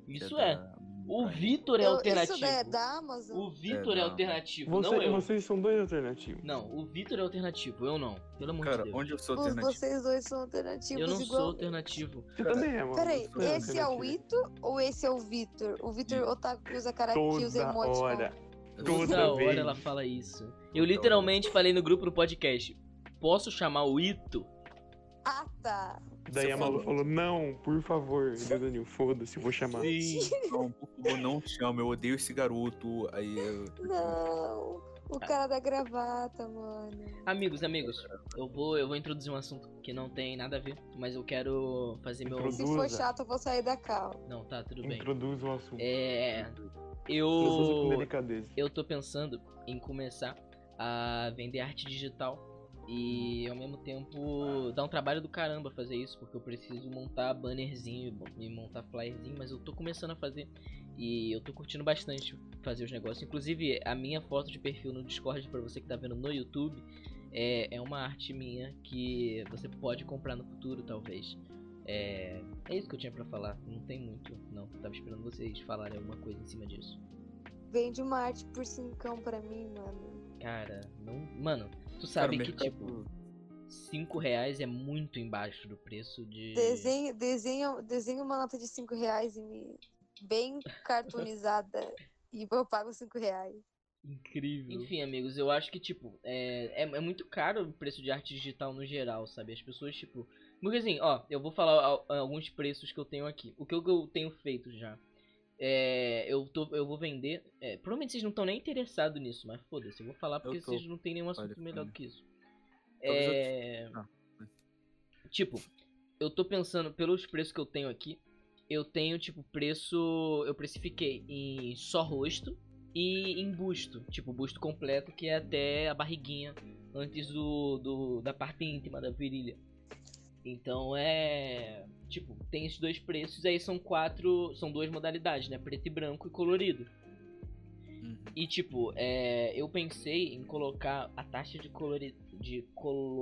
Speaker 4: que
Speaker 2: Isso é.
Speaker 4: da-
Speaker 2: O
Speaker 4: Prime.
Speaker 2: Vitor é
Speaker 1: Eu-
Speaker 2: alternativo.
Speaker 1: Isso daí é da Amazon?
Speaker 2: O Vitor é,
Speaker 4: É, não.
Speaker 2: alternativo,
Speaker 3: Você-
Speaker 2: não eu.
Speaker 3: Vocês são dois alternativos.
Speaker 2: Não, o Vitor é alternativo, eu não. Pelo amor
Speaker 4: Cara,
Speaker 2: de Deus.
Speaker 4: onde eu sou
Speaker 1: Os-
Speaker 4: alternativo?
Speaker 1: Vocês dois são alternativos
Speaker 2: Eu não
Speaker 1: igual.
Speaker 2: sou alternativo.
Speaker 3: Você também é, mano.
Speaker 1: Peraí,
Speaker 3: Você é
Speaker 1: esse é o
Speaker 3: alternativo.
Speaker 1: Ito ou esse é o Vitor? O Vitor Otaku usa Karaki usa
Speaker 3: Toda
Speaker 1: emoticon.
Speaker 3: hora.
Speaker 4: Eu sou-
Speaker 3: Toda
Speaker 2: Toda hora
Speaker 3: vez.
Speaker 2: ela fala isso. Eu literalmente falei no grupo do podcast. Posso chamar o Ito?
Speaker 1: Ah, tá.
Speaker 3: Daí a Malu
Speaker 1: Foda-se.
Speaker 3: falou, não, por favor. E daí o Danilo, foda-se, vou chamar.
Speaker 2: Sim.
Speaker 4: Não, por favor, não chama, eu odeio esse garoto. Aí eu...
Speaker 1: Não. O
Speaker 4: Ah.
Speaker 1: cara da gravata, mano.
Speaker 2: Amigos, amigos, eu vou, eu vou introduzir um assunto que não tem nada a ver, mas eu quero fazer meu.
Speaker 3: Introduz.
Speaker 1: Se for
Speaker 3: Produza.
Speaker 1: chato, eu vou sair da cal.
Speaker 2: Não, tá, tudo bem.
Speaker 3: Introduz o assunto.
Speaker 2: É.
Speaker 3: Introduza com
Speaker 2: Eu.
Speaker 3: delicadeza.
Speaker 2: Eu tô pensando em começar a vender arte digital. E ao mesmo tempo dá um trabalho do caramba fazer isso, porque eu preciso montar bannerzinho e montar flyerzinho, mas eu tô começando a fazer e eu tô curtindo bastante fazer os negócios. Inclusive, a minha foto de perfil no Discord, pra você que tá vendo no YouTube, é, é uma arte minha que você pode comprar no futuro, talvez. É, é isso que eu tinha pra falar, não tem muito, não. Tava esperando vocês falarem alguma coisa em cima disso.
Speaker 1: Vende uma arte por cincão pra mim, mano.
Speaker 2: Cara, não. Mano, tu
Speaker 4: Cara,
Speaker 2: sabe
Speaker 4: o
Speaker 2: que,
Speaker 4: mercado-
Speaker 2: tipo, 5 reais é muito embaixo do preço de.
Speaker 1: Desenha, desenha, desenha uma nota de cinco reais em mim, bem cartoonizada. e eu pago cinco reais.
Speaker 3: Incrível.
Speaker 2: Enfim, amigos, eu acho que, tipo, é, é, é muito caro o preço de arte digital no geral, sabe? As pessoas, tipo. Porque assim, ó, eu vou falar al- alguns preços que eu tenho aqui. O que eu, que eu tenho feito já. É, eu, tô, eu vou vender. é, provavelmente vocês não estão nem interessados nisso, mas foda-se, eu vou falar porque
Speaker 4: tô.
Speaker 2: vocês não têm nenhum assunto
Speaker 4: pra
Speaker 2: melhor
Speaker 4: mim.
Speaker 2: do que isso.
Speaker 4: Talvez eu-
Speaker 2: É.
Speaker 4: Ah,
Speaker 2: Tipo, eu tô pensando, pelos preços que eu tenho aqui, eu tenho, tipo, preço. Eu precifiquei em só rosto e em busto. Tipo, busto completo, que é até a barriguinha antes do, do- da parte íntima da virilha. Então é. Tipo, tem esses dois preços, aí são quatro. São duas modalidades, né? Preto e branco e colorido.
Speaker 4: uhum.
Speaker 2: E tipo, é, eu pensei em colocar a taxa de, colori de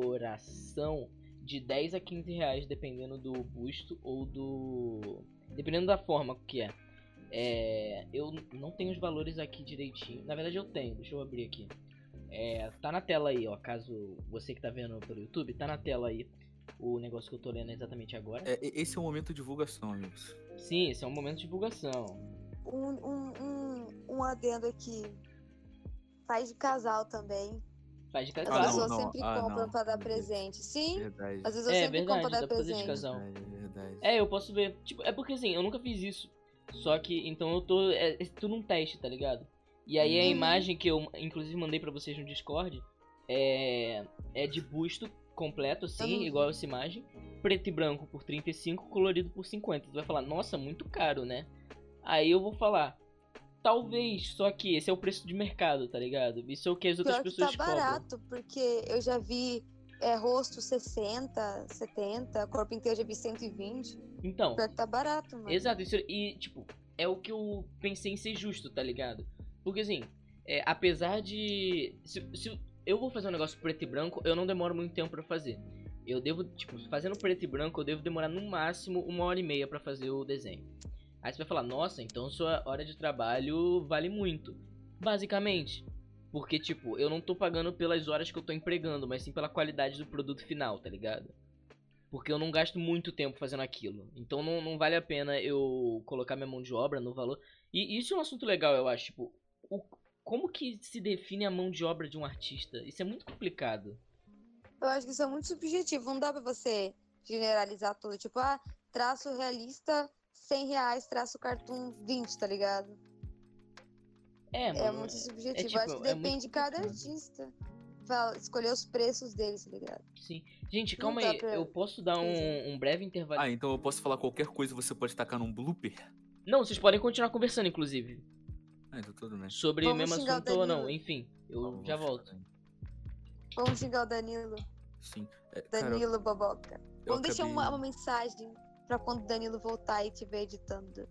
Speaker 2: coloração de 10 a 15 reais, dependendo do busto ou do. Dependendo da forma que é. É, eu não tenho os valores aqui direitinho. Na verdade eu tenho, deixa eu abrir aqui. É, tá na tela aí, ó. Caso você que tá vendo pelo YouTube, tá na tela aí o negócio que eu tô lendo exatamente agora.
Speaker 4: É, e- esse é o momento de divulgação, amigos.
Speaker 2: Sim, esse é um momento de divulgação.
Speaker 1: Um, um, um, um adendo aqui. Faz de casal também.
Speaker 2: Faz de
Speaker 1: As
Speaker 4: Ah, não,
Speaker 2: casal.
Speaker 1: pessoas
Speaker 4: não.
Speaker 1: sempre
Speaker 4: Ah,
Speaker 1: compram
Speaker 4: não.
Speaker 1: pra dar
Speaker 4: Meu Deus.
Speaker 1: presente. Sim,
Speaker 4: Verdade.
Speaker 1: às vezes eu
Speaker 2: É
Speaker 1: sempre compro
Speaker 2: verdade,
Speaker 1: pra
Speaker 2: dá
Speaker 1: dar
Speaker 2: pra fazer de
Speaker 1: presente.
Speaker 2: casal.
Speaker 4: É verdade.
Speaker 2: É, eu posso ver. Tipo, é porque assim, eu nunca fiz isso. Só que, então eu tô. É, é tudo um teste, tá ligado? E aí a
Speaker 1: Uhum.
Speaker 2: imagem que eu, inclusive, mandei pra vocês no Discord é. É de busto completo, assim,
Speaker 1: Uhum.
Speaker 2: igual essa imagem. Preto e branco por 35, colorido por 50. Tu vai falar, nossa, muito caro, né? Aí eu vou falar. Talvez, só que esse é o preço de mercado, tá ligado? Isso é o que as outras
Speaker 1: Pior que tá
Speaker 2: pessoas cobram.
Speaker 1: barato, porque eu já vi é, rosto 60, 70, corpo inteiro eu já vi 120.
Speaker 2: Então,
Speaker 1: Pior que tá barato, mano.
Speaker 2: Exato, isso, e tipo, é o que eu pensei em ser justo, tá ligado? Porque assim, é, apesar de. Se, se eu vou fazer um negócio preto e branco, eu não demoro muito tempo pra fazer. Eu devo, tipo, fazendo preto e branco, eu devo demorar no máximo uma hora e meia pra fazer o desenho. Aí você vai falar, nossa, então sua hora de trabalho vale muito. Basicamente. Porque, tipo, eu não tô pagando pelas horas que eu tô empregando, mas sim pela qualidade do produto final, tá ligado? Porque eu não gasto muito tempo fazendo aquilo. Então não, não vale a pena eu colocar minha mão de obra no valor. E isso é um assunto legal, eu acho. Tipo, o- como que se define a mão de obra de um artista? Isso é muito complicado.
Speaker 1: Eu acho que isso é muito subjetivo. Não dá pra você generalizar tudo. Tipo, ah, traço realista, 100 reais, traço cartoon, 20, tá ligado?
Speaker 2: É,
Speaker 1: É
Speaker 2: mano.
Speaker 1: muito subjetivo.
Speaker 2: tipo,
Speaker 1: acho que
Speaker 2: é muito
Speaker 1: depende de cada
Speaker 2: complicado.
Speaker 1: artista. Pra escolher os preços deles, tá ligado?
Speaker 2: Sim. Gente,
Speaker 1: Não
Speaker 2: calma
Speaker 1: dá
Speaker 2: aí.
Speaker 1: pra-
Speaker 2: Eu posso dar um, um breve intervalo.
Speaker 4: Ah, então eu posso falar qualquer coisa você pode tacar num blooper?
Speaker 2: Não, vocês podem continuar conversando, inclusive.
Speaker 4: Ah, então tudo bem.
Speaker 2: Sobre
Speaker 1: Vamos
Speaker 2: o mesmo
Speaker 1: xingar o
Speaker 2: assunto ou não.
Speaker 1: Danilo.
Speaker 2: Enfim, eu
Speaker 4: Vamos
Speaker 2: já
Speaker 4: ficar
Speaker 2: volto.
Speaker 4: bem.
Speaker 1: Vamos xingar o Danilo.
Speaker 4: Sim. É, cara, eu-
Speaker 1: Danilo Boboca.
Speaker 4: eu
Speaker 1: Vamos deixar
Speaker 4: acabei-
Speaker 1: uma, uma mensagem pra quando o Danilo voltar e estiver editando.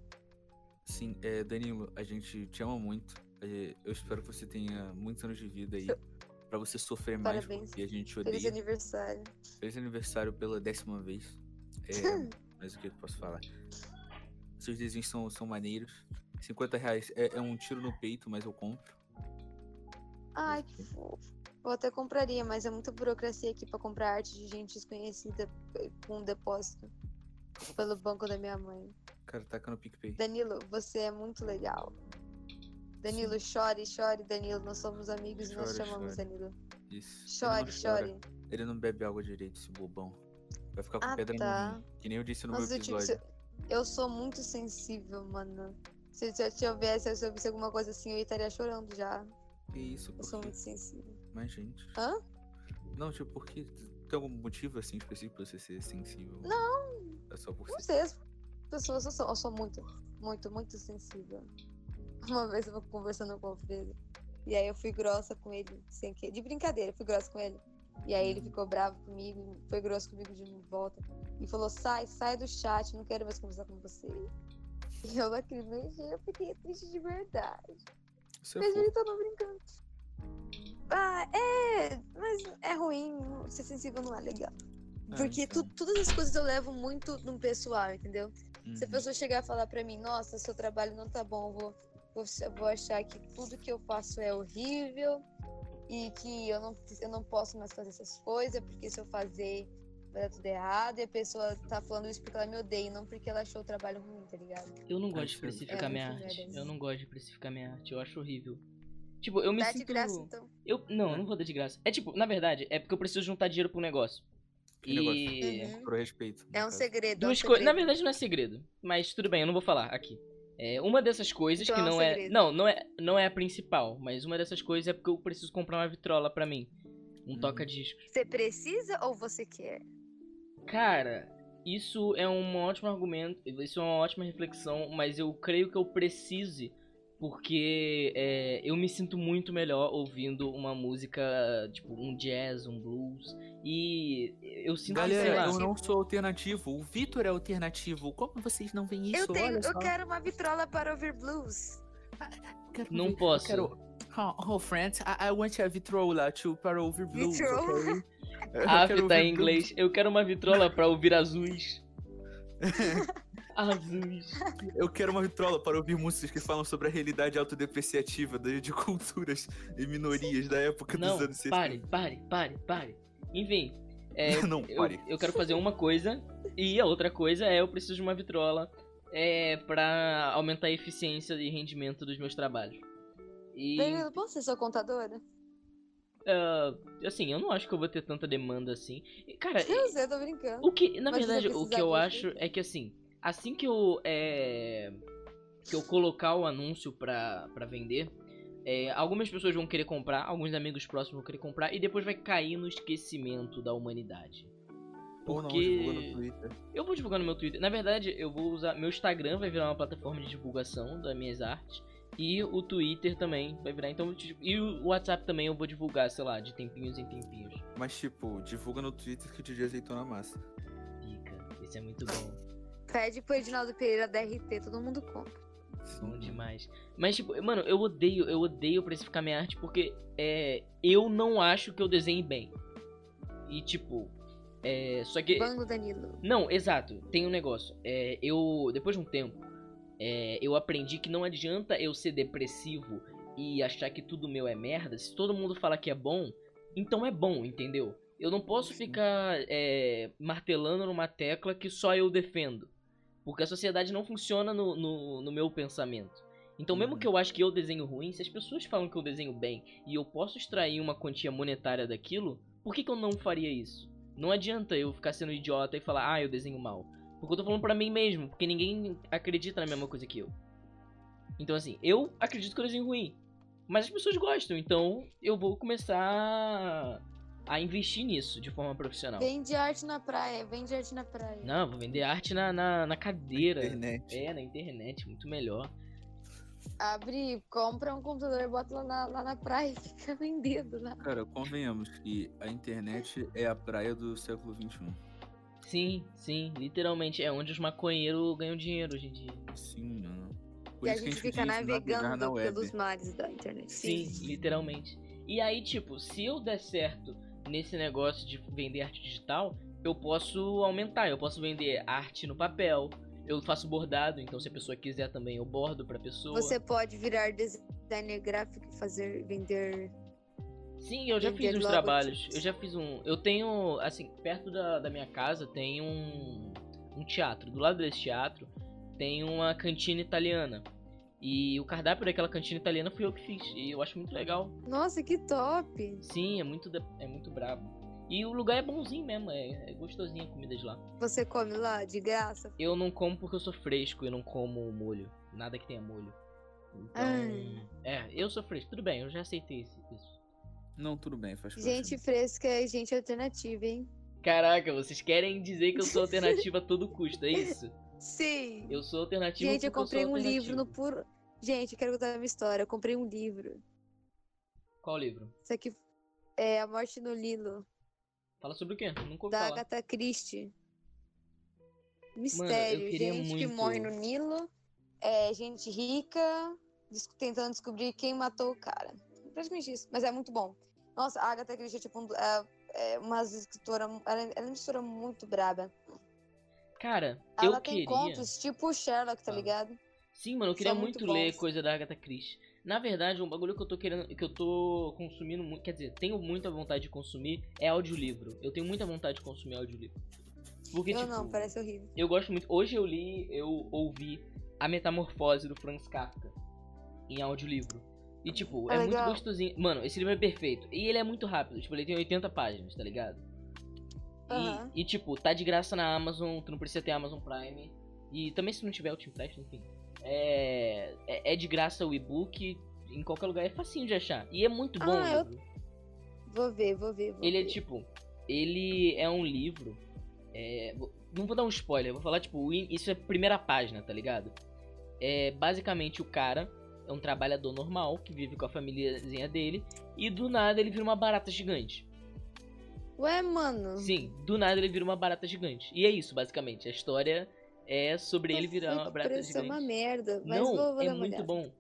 Speaker 4: Sim, é, Danilo, a gente te ama muito. É, eu espero que você tenha muitos anos de vida aí. Pra você sofrer mais,
Speaker 1: Parabéns.
Speaker 4: porque a gente
Speaker 1: Feliz
Speaker 4: odeia.
Speaker 1: aniversário.
Speaker 4: Feliz aniversário pela décima vez. É, mas o que eu posso falar? Seus desenhos são, são maneiros. 50 reais é, é um tiro no peito, mas eu compro.
Speaker 1: Ai,
Speaker 4: Uhum.
Speaker 1: que fofo. Eu até compraria, mas é muita burocracia aqui pra comprar arte de gente desconhecida eh, com um depósito pelo banco da minha mãe.
Speaker 4: Cara, taca no PicPay.
Speaker 1: Danilo, você é muito legal. Danilo, chore, chore, Danilo. Nós somos amigos e nós
Speaker 4: Chore,
Speaker 1: chamamos,
Speaker 4: chore.
Speaker 1: Danilo.
Speaker 4: Isso. Ele não
Speaker 1: Chore,
Speaker 4: chora.
Speaker 1: chore.
Speaker 4: Ele não bebe água direito, esse bobão. Vai ficar com
Speaker 1: Ah,
Speaker 4: pedra
Speaker 1: tá.
Speaker 4: no rim. Que nem eu disse no
Speaker 1: Nossa,
Speaker 4: meu
Speaker 1: eu, tive,
Speaker 4: episódio.
Speaker 1: se- eu sou muito sensível, mano. Se, se eu tivesse, se eu visse alguma coisa assim, eu estaria chorando já.
Speaker 4: Que isso,
Speaker 1: Eu
Speaker 4: por
Speaker 1: sou
Speaker 4: quê?
Speaker 1: muito sensível.
Speaker 4: Mas, gente.
Speaker 1: Hã?
Speaker 4: Não, tipo, por quê? Tem algum motivo assim específico pra você ser sensível? Não. É só por
Speaker 1: Não
Speaker 4: ser.
Speaker 1: sei, as pessoas, eu sou, eu sou muito, muito, muito sensível. Uma vez eu tava conversando com o Alfredo, e aí eu fui grossa com ele, sem que... de brincadeira, eu fui grossa com ele. E aí ele ficou bravo comigo, foi grosso comigo de volta, e falou, sai, sai do chat, não quero mais conversar com você. E eu lacrimei, eu fiquei triste de verdade.
Speaker 4: Isso é
Speaker 1: Mas
Speaker 4: fofo.
Speaker 1: ele tava brincando. Ah, é, mas é ruim, ser sensível não é legal.
Speaker 4: Ah,
Speaker 1: Porque tu-
Speaker 4: então.
Speaker 1: todas as coisas eu levo muito no pessoal, entendeu? Se a
Speaker 4: Uhum.
Speaker 1: pessoa chegar e falar pra mim, nossa, seu trabalho não tá bom, eu vou, vou, eu vou achar que tudo que eu faço é horrível e que eu não, eu não posso mais fazer essas coisas, porque se eu fazer vai dar tudo errado, e a pessoa tá falando isso porque ela me odeia, e não porque ela achou o trabalho ruim, tá ligado?
Speaker 2: Eu não
Speaker 4: Ah,
Speaker 2: gosto de
Speaker 4: isso é-
Speaker 2: precificar
Speaker 1: é,
Speaker 2: minha
Speaker 1: isso é
Speaker 2: arte.
Speaker 1: verdade.
Speaker 2: Eu não gosto de precificar minha arte. Eu acho horrível. Tipo, eu me
Speaker 1: Dá
Speaker 2: sinto.
Speaker 1: de graça, então.
Speaker 2: Eu...
Speaker 4: Né?
Speaker 2: Não, não vou dar de graça. É tipo, na verdade, é porque eu preciso juntar dinheiro pro negócio.
Speaker 4: Que
Speaker 2: E.
Speaker 1: Uhum.
Speaker 4: Pro respeito. no
Speaker 1: É um
Speaker 4: caso.
Speaker 1: segredo. é um
Speaker 2: Duas coisas. Na
Speaker 1: segredo.
Speaker 2: verdade, não é segredo. Mas tudo bem, eu não vou falar aqui. É, uma dessas coisas
Speaker 1: Então
Speaker 2: que
Speaker 1: é um
Speaker 2: não é.
Speaker 1: segredo.
Speaker 2: Não, não é, não é a principal, mas uma dessas coisas é porque eu preciso comprar uma vitrola pra mim. Um
Speaker 4: Hum.
Speaker 2: toca-discos.
Speaker 1: Você precisa ou você quer?
Speaker 2: Cara, isso é um ótimo argumento, isso é uma ótima reflexão, mas eu creio que eu precise, porque é, eu me sinto muito melhor ouvindo uma música, tipo, um jazz, um blues, e eu sinto, que, sei
Speaker 4: Galera,
Speaker 2: lá,
Speaker 4: eu não sou alternativo. O Vitor é alternativo. Como vocês não veem isso?
Speaker 1: eu tenho,
Speaker 4: Olha só.
Speaker 1: eu quero uma vitrola para ouvir blues.
Speaker 4: Quero
Speaker 2: não
Speaker 4: ver-
Speaker 2: posso.
Speaker 4: Quero... Oh, oh, friends, I, I want a vitrola to para ouvir blues.
Speaker 1: Vitrola.
Speaker 4: ok? Eu
Speaker 2: Ah,
Speaker 4: quero
Speaker 2: tá
Speaker 4: ouvir
Speaker 2: em inglês. Eu quero uma vitrola pra ouvir azuis. azuis.
Speaker 4: blues. Eu quero uma vitrola para ouvir músicas que falam sobre a realidade autodepreciativa de de culturas e minorias da época
Speaker 2: Não,
Speaker 4: dos anos 60.
Speaker 2: pare, pare, pare, pare. Enfim, é,
Speaker 4: não,
Speaker 2: eu,
Speaker 4: pare.
Speaker 2: eu quero fazer uma coisa e a outra coisa é eu preciso de uma vitrola é, pra aumentar a eficiência e rendimento dos meus trabalhos. E,
Speaker 1: Danilo, posso ser sua contadora?
Speaker 2: ah, assim, eu não acho que eu vou ter tanta demanda assim. E, Cara,
Speaker 1: Eu sei, eu tô brincando.
Speaker 2: O que, na
Speaker 1: Mas você
Speaker 2: verdade, o que
Speaker 1: precisar né?
Speaker 2: eu
Speaker 1: de
Speaker 2: acho é que assim, assim que eu é, que eu colocar o anúncio pra, pra vender, é, algumas pessoas vão querer comprar, alguns amigos próximos vão querer comprar e depois vai cair no esquecimento da humanidade.
Speaker 4: Ou não,
Speaker 2: porque-
Speaker 4: divulga no Twitter.
Speaker 2: Eu vou divulgar no meu Twitter. Na verdade, eu vou usar meu Instagram vai virar uma plataforma de divulgação das minhas artes e o Twitter também vai virar. Então tipo, e o WhatsApp também eu vou divulgar, sei lá, de tempinhos em tempinhos.
Speaker 4: Mas, tipo, divulga no Twitter que o DJ Azeitona massa.
Speaker 2: Fica, isso é muito bom.
Speaker 1: Pede pro Edinaldo Pereira da RT, todo mundo compra.
Speaker 2: Bom
Speaker 4: Uhum.
Speaker 2: demais. Mas, tipo, mano, eu odeio, eu odeio precificar minha arte porque é, eu não acho que eu desenhe bem. E, tipo, é, só que.
Speaker 1: Bango Danilo.
Speaker 2: Não, exato, tem um negócio. É, eu, depois de um tempo, é, eu aprendi que não adianta eu ser depressivo e achar que tudo meu é merda. Se todo mundo falar que é bom, então é bom, entendeu? Eu não posso
Speaker 4: Sim.
Speaker 2: ficar é, martelando numa tecla que só eu defendo. Porque a sociedade não funciona no, no, no meu pensamento. Então, mesmo
Speaker 4: Uhum.
Speaker 2: que eu acho que eu desenho ruim, se as pessoas falam que eu desenho bem e eu posso extrair uma quantia monetária daquilo, por que, que eu não faria isso? Não adianta eu ficar sendo idiota e falar, ah, eu desenho mal. Porque eu tô falando pra mim mesmo, porque ninguém acredita na mesma coisa que eu. Então, assim, eu acredito que eu desenho ruim. Mas as pessoas gostam, então eu vou começar a investir nisso de forma
Speaker 4: Então.
Speaker 2: profissional.
Speaker 1: Vende arte na praia, vende arte na praia.
Speaker 2: Não, vou vender arte na, na, na cadeira.
Speaker 4: Internet.
Speaker 2: É, na internet, muito melhor.
Speaker 1: Abre, compra um computador e bota lá na, lá na praia e fica vendendo lá.
Speaker 4: Cara, convenhamos que a internet é a praia do século um. XXI.
Speaker 2: Sim, sim, literalmente. É onde os maconheiros ganham dinheiro hoje em dia.
Speaker 4: Sim, mano. Por
Speaker 1: E a
Speaker 4: isso que
Speaker 1: gente fica
Speaker 4: podia ensinar a navegar
Speaker 1: navegando
Speaker 4: na web.
Speaker 1: pelos mares da internet.
Speaker 2: Sim, literalmente. E aí, tipo, se eu der certo nesse negócio de vender arte digital, eu posso aumentar, eu posso vender arte no papel. Eu faço bordado, então se a pessoa quiser também eu bordo pra pessoa.
Speaker 1: Você pode virar designer gráfico e fazer vender.
Speaker 2: Sim, eu já fiz
Speaker 1: Vender
Speaker 2: uns
Speaker 1: logo
Speaker 2: trabalhos.
Speaker 1: tudo.
Speaker 2: Eu já fiz um. Eu tenho, assim, perto da, da minha casa tem um, um teatro. Do lado desse teatro tem uma cantina italiana. E o cardápio daquela cantina italiana fui eu que fiz. E eu acho muito legal.
Speaker 1: Nossa, que top!
Speaker 2: Sim, é muito, da- é muito brabo. E o lugar é bonzinho mesmo, é, é gostosinha a comida de lá.
Speaker 1: Você come lá de graça?
Speaker 2: Eu não como porque eu sou fresco e não como molho. Nada que tenha molho. Então.
Speaker 1: Ai.
Speaker 2: É, eu sou fresco. Tudo bem, eu já aceitei isso. isso.
Speaker 4: Não, tudo bem, faz parte.
Speaker 1: Gente fresca é gente alternativa, hein?
Speaker 2: Caraca, vocês querem dizer que eu sou alternativa a todo custo, é isso?
Speaker 1: Sim!
Speaker 2: Eu sou alternativa
Speaker 1: Gente, eu
Speaker 2: porque sou
Speaker 1: comprei um livro no
Speaker 2: alternativo.
Speaker 1: puro. Gente, eu quero contar uma história. Eu comprei um livro.
Speaker 2: Qual livro?
Speaker 1: Isso aqui é A Morte no Lilo,
Speaker 2: Fala sobre o quê? Nunca ouvi
Speaker 1: da
Speaker 2: falar.
Speaker 1: Agatha Christie. Mistério.
Speaker 2: queria
Speaker 1: gente que
Speaker 2: muito-
Speaker 1: morre no Nilo. É gente rica des- tentando descobrir quem matou o cara. Praticamente isso. Mas é muito bom. Nossa, a Agatha Christie é tipo um- é, é uma escritora. Ela, ela é uma escritora muito braba.
Speaker 2: Cara,
Speaker 1: Ela
Speaker 2: eu
Speaker 1: tem
Speaker 2: queria.
Speaker 1: contos tipo Sherlock, tá
Speaker 2: Ah.
Speaker 1: ligado?
Speaker 2: Sim, mano, eu queria
Speaker 1: São
Speaker 2: muito,
Speaker 1: muito
Speaker 2: ler
Speaker 1: bons.
Speaker 2: coisa da Agatha Christie. Na verdade, um bagulho que eu tô querendo, que eu tô consumindo muito, quer dizer, tenho muita vontade de consumir é audiolivro. Eu tenho muita vontade de consumir audiolivro. Porque
Speaker 1: eu
Speaker 2: tipo,
Speaker 1: não, parece horrível.
Speaker 2: eu gosto muito. Hoje eu li, eu ouvi A Metamorfose do Franz Kafka em audiolivro. E, tipo,
Speaker 1: É
Speaker 2: é, muito
Speaker 1: legal.
Speaker 2: gostosinho. Mano, esse livro é perfeito. E ele é muito rápido. Tipo, ele tem 80 páginas, tá ligado? E-
Speaker 1: Aham.
Speaker 2: E, tipo, tá de graça na Amazon. Tu não precisa ter Amazon Prime. E também se não tiver, eu te empresto, enfim. É, é, é de graça o e-book. Em qualquer lugar. É facinho de achar. E é muito bom.
Speaker 1: Ah,
Speaker 2: o
Speaker 1: eu
Speaker 2: livro.
Speaker 1: Vou ver, vou ver. Vou
Speaker 2: Ele é
Speaker 1: ver.
Speaker 2: tipo. Ele é um livro. é, vou- não vou dar um spoiler, vou falar, tipo, o in- isso é a primeira página, tá ligado? É basicamente o cara é um trabalhador normal que vive com a famíliazinha dele e do nada ele vira uma barata gigante.
Speaker 1: Ué, mano.
Speaker 2: Sim, do nada ele vira uma barata gigante. E é isso, basicamente. A história é sobre ele virar uma
Speaker 1: Perfeito,
Speaker 2: barata
Speaker 1: parece ser
Speaker 2: gigante.
Speaker 1: é uma merda. Mas
Speaker 2: Não,
Speaker 1: vou, vou
Speaker 2: é
Speaker 1: dar uma
Speaker 2: muito
Speaker 1: olhada.
Speaker 2: bom.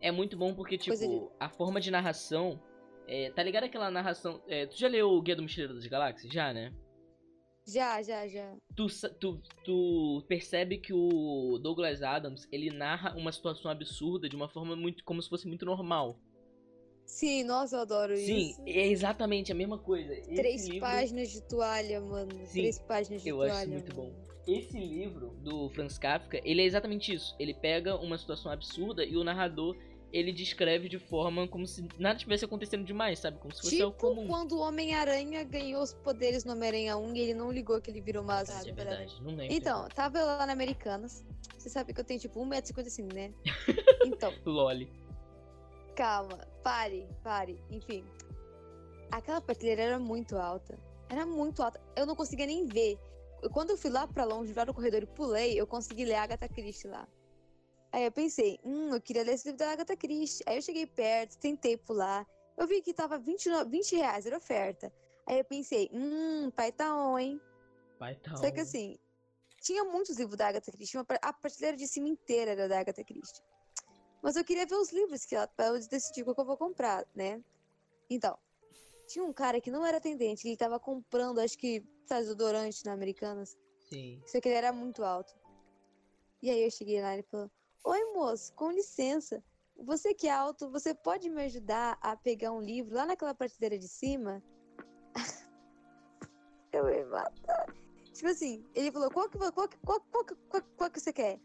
Speaker 2: É muito bom porque, tipo,
Speaker 1: Coisa de-
Speaker 2: a forma de narração. é, tá ligado aquela narração. é, tu já leu o Guia do Mochileiro das Galáxias? Já, né?
Speaker 1: Já, já, já.
Speaker 2: tu, sa- tu, tu percebe que o Douglas Adams ele narra uma situação absurda de uma forma muito como se fosse muito normal.
Speaker 1: Sim, nossa, eu adoro isso.
Speaker 2: Sim, é exatamente a mesma coisa. Esse
Speaker 1: Três
Speaker 2: livro,
Speaker 1: páginas de toalha, mano.
Speaker 2: Sim,
Speaker 1: Três páginas de
Speaker 2: eu
Speaker 1: toalha.
Speaker 2: acho muito
Speaker 1: mano.
Speaker 2: Esse livro do Franz Kafka, ele é exatamente isso. Ele pega uma situação absurda e o narrador ele descreve de forma como se nada tivesse acontecendo demais, sabe? Como se fosse
Speaker 1: Tipo
Speaker 2: algo é comum.
Speaker 1: quando o Homem-Aranha ganhou os poderes no Homem-Aranha 1 e ele não ligou que ele virou uma
Speaker 2: Verdade, é
Speaker 1: super-herói.
Speaker 2: verdade. Não lembro.
Speaker 1: Então, tava eu lá na Americanas. Você sabe que eu tenho tipo 1,55m, né? Então,
Speaker 2: Loli.
Speaker 1: calma, pare, pare. Enfim, aquela prateleira era muito alta. Era muito alta. Eu não conseguia nem ver. Eu- Quando eu fui lá pra longe, lá no corredor e pulei, eu consegui ler Agatha Christie lá. Aí eu pensei, hum, eu queria ler esse livro da Agatha Christie. Aí eu cheguei perto, tentei pular. Eu vi que tava 29, 20 reais, era oferta. Aí eu pensei, hum, pai tá on, hein?
Speaker 2: Pai tá.
Speaker 1: Só que
Speaker 2: um-
Speaker 1: assim, tinha muitos livros da Agatha Christie, uma pra- a prateleira de cima inteira era da Agatha Christie. Mas eu queria ver os livros que ela, pra eu decidir qual que eu vou comprar, né? Então, tinha um cara que não era atendente, ele tava comprando, acho que, sabe, desodorante na Americanas,
Speaker 2: Sim.
Speaker 1: só que ele era muito alto. E aí eu cheguei lá e ele falou, Oi moço, com licença, você que é alto, você pode me ajudar a pegar um livro lá naquela prateleira de cima? eu ia matar. Tipo assim, ele falou, qual que, vo- qual, que- qual, qual, que- qual, qual que você quer?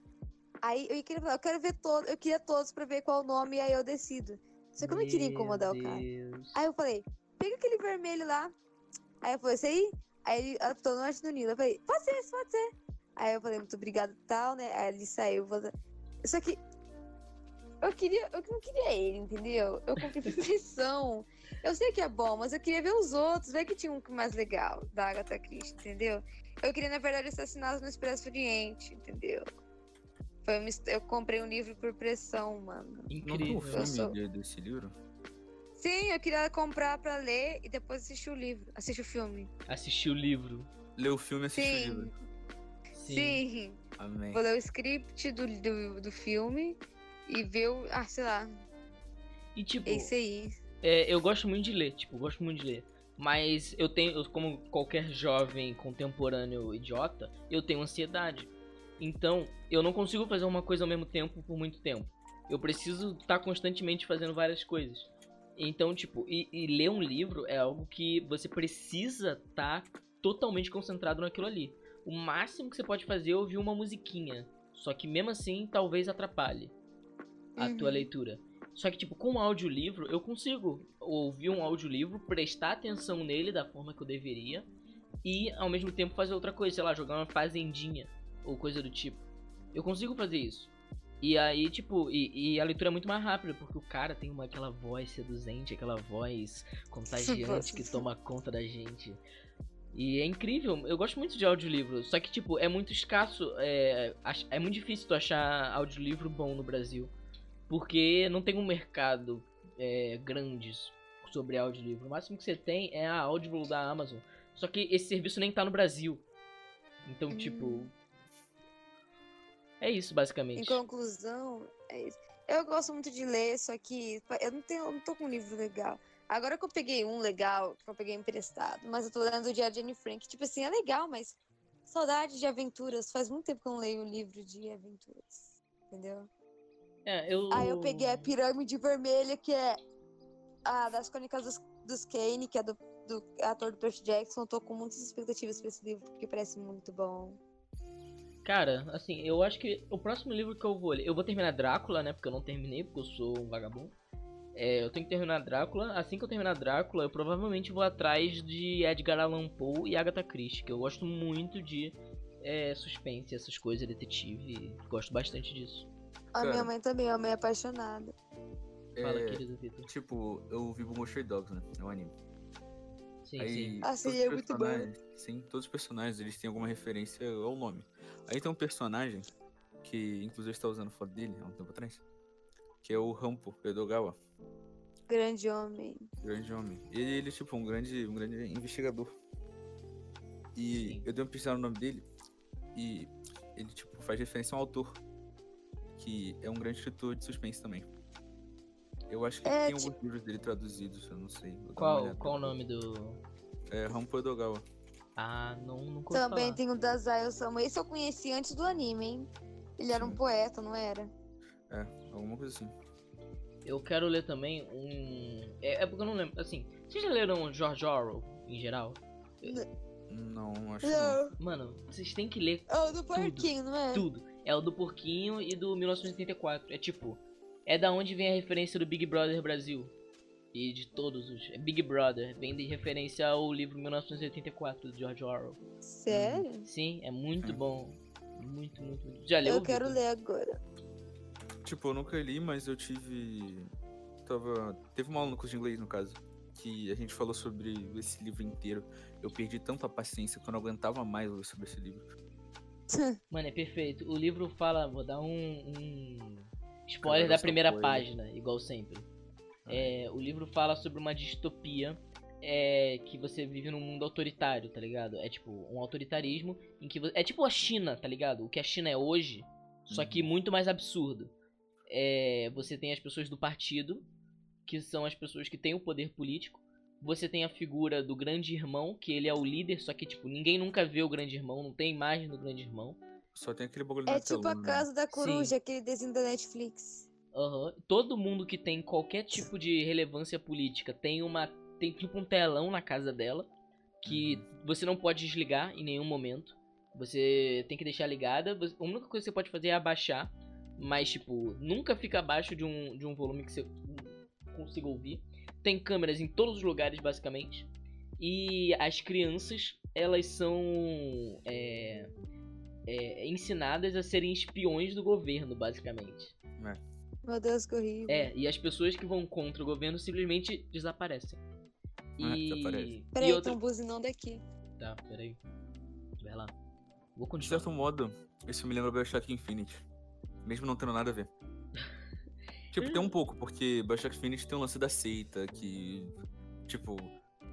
Speaker 1: Aí eu queria falar, eu quero ver todos, eu queria todos pra ver qual o nome, e aí eu decido. Só é que eu não queria
Speaker 2: Meu
Speaker 1: incomodar o cara.
Speaker 2: Deus.
Speaker 1: Aí eu falei, pega aquele vermelho lá. Aí eu falei, esse aí? Aí ele apontou no norte do Nilo. Eu falei, pode ser, esse pode ser. Aí eu falei, muito obrigado e tal, né? Aí ele saiu. volta- Só que eu queria, eu não queria ele, entendeu? Eu comprei por pressão. Eu sei que é bom, mas eu queria ver os outros, ver que tinha um mais legal da Agatha Christie, entendeu? Eu queria, na verdade, assassinar no Expresso Oriente, entendeu? Foi uma his- eu comprei um livro por pressão, mano.
Speaker 4: Não tem
Speaker 2: Incrível.
Speaker 4: um filme
Speaker 1: sou-
Speaker 4: de- desse livro?
Speaker 1: Sim, eu queria comprar pra ler e depois assistir o livro, assistir o filme.
Speaker 2: Assistir o livro.
Speaker 4: Leu o filme e assistiu o
Speaker 1: Sim,
Speaker 4: livro.
Speaker 1: sim.
Speaker 4: Amém.
Speaker 1: Vou ler o script do, do, do filme e ver o. Ah, sei lá,
Speaker 2: E tipo,
Speaker 1: é isso aí.
Speaker 2: É, eu gosto muito de ler, tipo, eu gosto muito de ler. Mas eu tenho, eu, como qualquer jovem contemporâneo idiota, eu tenho ansiedade. Então, eu não consigo fazer uma coisa ao mesmo tempo por muito tempo. Eu preciso estar constantemente fazendo várias coisas. Então, tipo, e, e ler um livro é algo que você precisa estar totalmente concentrado naquilo ali. O máximo que você pode fazer é ouvir uma musiquinha. Só que mesmo assim, talvez atrapalhe a tua
Speaker 1: Uhum.
Speaker 2: leitura. Só que, tipo, com um audiolivro, eu consigo ouvir um audiolivro, prestar atenção nele da forma que eu deveria e, ao mesmo tempo, fazer outra coisa, sei lá, jogar uma fazendinha ou coisa do tipo. Eu consigo fazer isso. E aí, tipo, e, e a leitura é muito mais rápida, porque o cara tem uma, aquela voz seduzente, aquela voz contagiante que toma conta da gente. E é incrível, eu gosto muito de audiolivro, só que, tipo, é muito escasso, é, ach- é muito difícil tu achar audiolivro bom no Brasil, porque não tem um mercado é, grande sobre audiolivro. O máximo que você tem é a Audible da Amazon, só que esse serviço nem tá no Brasil. Então,
Speaker 1: Hum.
Speaker 2: tipo, é isso, basicamente.
Speaker 1: Em conclusão, é isso. Eu gosto muito de ler, só que pa- eu não, tenho, eu não tô com um livro legal. Agora que eu peguei um legal, que eu peguei emprestado, mas eu tô lendo o de Anne Frank. Tipo assim, é legal, mas saudade de aventuras. Faz muito tempo que eu não leio um livro de aventuras. Entendeu?
Speaker 2: É, eu...
Speaker 1: Aí eu peguei a pirâmide vermelha, que é a das crônicas dos, dos Kane, que é do, do ator do Percy Jackson. Eu tô com muitas expectativas pra esse livro, porque parece muito bom.
Speaker 2: Cara, assim, eu acho que o próximo livro que eu vou ler. Eu vou terminar Drácula, né? Porque eu não terminei, porque eu sou um vagabundo. é, eu tenho que terminar Drácula. Assim que eu terminar Drácula, eu provavelmente vou atrás de Edgar Allan Poe e Agatha Christie, que eu gosto muito de é, suspense, essas coisas, detetive. Gosto bastante disso.
Speaker 1: A
Speaker 4: Cara.
Speaker 1: minha mãe também, eu meio apaixonada.
Speaker 2: Fala,
Speaker 4: É,
Speaker 2: querido Vitor.
Speaker 4: tipo, eu vivo Monster Dogs, né? É um anime.
Speaker 2: Sim, sim.
Speaker 4: Aí,
Speaker 1: Ah, sim,
Speaker 4: todos os
Speaker 1: é muito bom.
Speaker 4: personagens- Sim, todos os personagens, eles têm alguma referência ao nome. Aí tem um personagem, que inclusive está usando foto dele há um tempo atrás, que é o Rampo Edogawa,
Speaker 1: Grande homem.
Speaker 4: grande homem. Ele, ele é tipo, um grande, um grande investigador. E
Speaker 2: Sim.
Speaker 4: eu dei uma pesquisada no nome dele, e ele, tipo, faz referência a um autor, que é um grande escritor de suspense também. Eu acho que
Speaker 1: É,
Speaker 4: tem alguns livros dele traduzidos, eu não sei. vou dar uma
Speaker 2: Qual,
Speaker 4: olhada.
Speaker 2: qual o nome do.
Speaker 4: É Rampo Edogawa.
Speaker 2: Ah, não, nunca ouvi
Speaker 1: Também
Speaker 2: falar.
Speaker 1: tem o Dazayo Sama. Esse eu conheci antes do anime, hein? Ele era um
Speaker 4: Sim.
Speaker 1: poeta, não era?
Speaker 4: Alguma coisa assim.
Speaker 2: Eu quero ler também um. É, é porque eu não lembro. Assim, vocês já leram George Orwell em geral?
Speaker 4: Não, acho que
Speaker 1: Não.
Speaker 4: não.
Speaker 2: Mano, vocês têm que ler
Speaker 1: É o do porquinho, não é?
Speaker 2: tudo. É o do Porquinho e do 1984. É tipo, é da onde vem a referência do Big Brother Brasil. E de todos os. é Big Brother. Vem de referência ao livro 1984 do George Orwell.
Speaker 1: Sério?
Speaker 2: Sim, é muito
Speaker 4: Sim.
Speaker 2: bom. Muito, muito, muito. Já leu?
Speaker 1: Eu quero
Speaker 2: Vitor?
Speaker 1: ler agora.
Speaker 4: Tipo, eu nunca li, mas eu tive. Tava. Teve uma aula no curso de inglês, no caso. Que a gente falou sobre esse livro inteiro. Eu perdi tanto a paciência que eu não aguentava mais ler sobre esse livro.
Speaker 2: Mano, é perfeito. O livro fala, vou dar um, um spoiler
Speaker 4: Cara,
Speaker 2: da
Speaker 4: essa
Speaker 2: primeira
Speaker 4: coisa.
Speaker 2: página, igual sempre. É, o livro fala sobre uma distopia é, que você vive num mundo autoritário, tá ligado? É tipo um autoritarismo em que você, é tipo a China, tá ligado? O que a China é hoje, só que muito mais absurdo. É, você tem as pessoas do partido, que são as pessoas que têm o poder político. Você tem a figura do grande irmão, que ele é o líder, só que tipo, ninguém nunca vê o grande irmão, não tem imagem do grande irmão.
Speaker 4: Só tem aquele bagulho
Speaker 1: É
Speaker 4: na
Speaker 1: tipo
Speaker 4: tela,
Speaker 1: a
Speaker 4: né?
Speaker 1: Casa da Coruja, aquele desenho da Netflix.
Speaker 2: Aham. Todo mundo que tem qualquer tipo de relevância política tem uma. tem tipo um telão na casa dela que você não pode desligar em nenhum momento. Você tem que deixar ligada. Você- A única coisa que você pode fazer é abaixar. Mas, tipo, nunca fica abaixo de um, de um volume que você consiga ouvir. Tem câmeras em todos os lugares, basicamente. E as crianças, elas são é, é, ensinadas a serem espiões do governo, basicamente.
Speaker 1: Meu Deus, que horrível.
Speaker 2: É, e as pessoas que vão contra o governo simplesmente desaparecem.
Speaker 4: Ah,
Speaker 2: E.
Speaker 4: desaparece.
Speaker 2: e
Speaker 1: Peraí,
Speaker 2: outra...
Speaker 1: tem um buzinão daqui.
Speaker 2: Tá, peraí. Vai lá. Vou
Speaker 4: De
Speaker 2: continuar.
Speaker 4: certo modo, isso me lembra Bioshock Infinite. Mesmo não tendo nada a ver. tipo, tem um pouco, porque Bioshock Infinite tem um lance da seita, que. Tipo,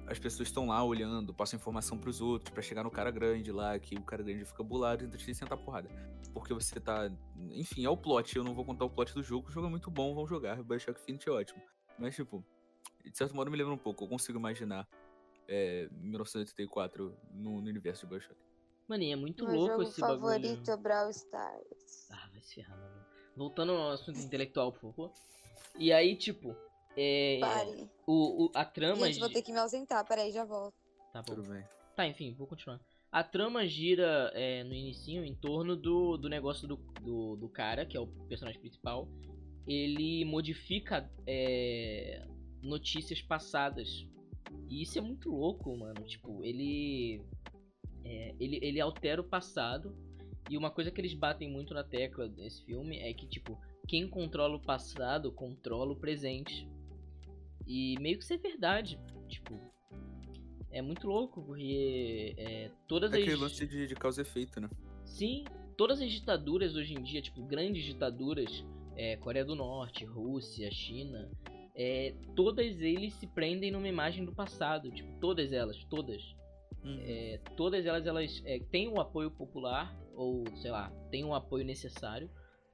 Speaker 4: as pessoas estão lá olhando, passam informação pros outros, pra chegar no cara grande lá, que o cara grande fica bolado e tenta te sentar a porrada. Porque você tá. Enfim, é o plot, eu não vou contar o plot do jogo, o jogo é muito bom, vão jogar. Bioshock Infinite é ótimo. Mas, tipo, de certo modo me lembra um pouco, eu consigo imaginar. É, 1984 no, no universo de Bioshock.
Speaker 2: Mano, e é muito
Speaker 1: Meu
Speaker 2: louco
Speaker 1: jogo
Speaker 2: esse
Speaker 1: favorito
Speaker 2: bagulho.
Speaker 1: é Brawl Stars.
Speaker 2: Ah, vai se ferrar, mano. Voltando ao assunto intelectual, por favor. E aí, tipo. É,
Speaker 1: Pare.
Speaker 2: o, o- a trama.
Speaker 1: Gente, vou
Speaker 2: gi-
Speaker 1: ter que me ausentar. Peraí, já volto.
Speaker 2: Tá bom.
Speaker 4: Tudo bem.
Speaker 2: Tá, enfim, vou continuar. A trama gira é, no inicinho em torno do, do negócio do, do, do cara, que é o personagem principal. Ele modifica é, notícias passadas. E isso é muito louco, mano. Tipo, ele, é, ele. Ele altera o passado. E uma coisa que eles batem muito na tecla nesse filme é que, tipo, quem controla o passado controla o presente. E meio que isso é verdade. Tipo, é muito louco, porque é, todas
Speaker 4: É aquele
Speaker 2: as.
Speaker 4: lance de, de causa e efeito, né?
Speaker 2: Sim, todas as ditaduras hoje em dia, tipo, grandes ditaduras, é, Coreia do Norte, Rússia, China, é, todas eles se prendem numa imagem do passado, tipo, todas elas, todas.
Speaker 4: Uhum.
Speaker 2: É, todas elas, elas é, têm o apoio popular, ou, sei lá, têm o apoio necessário,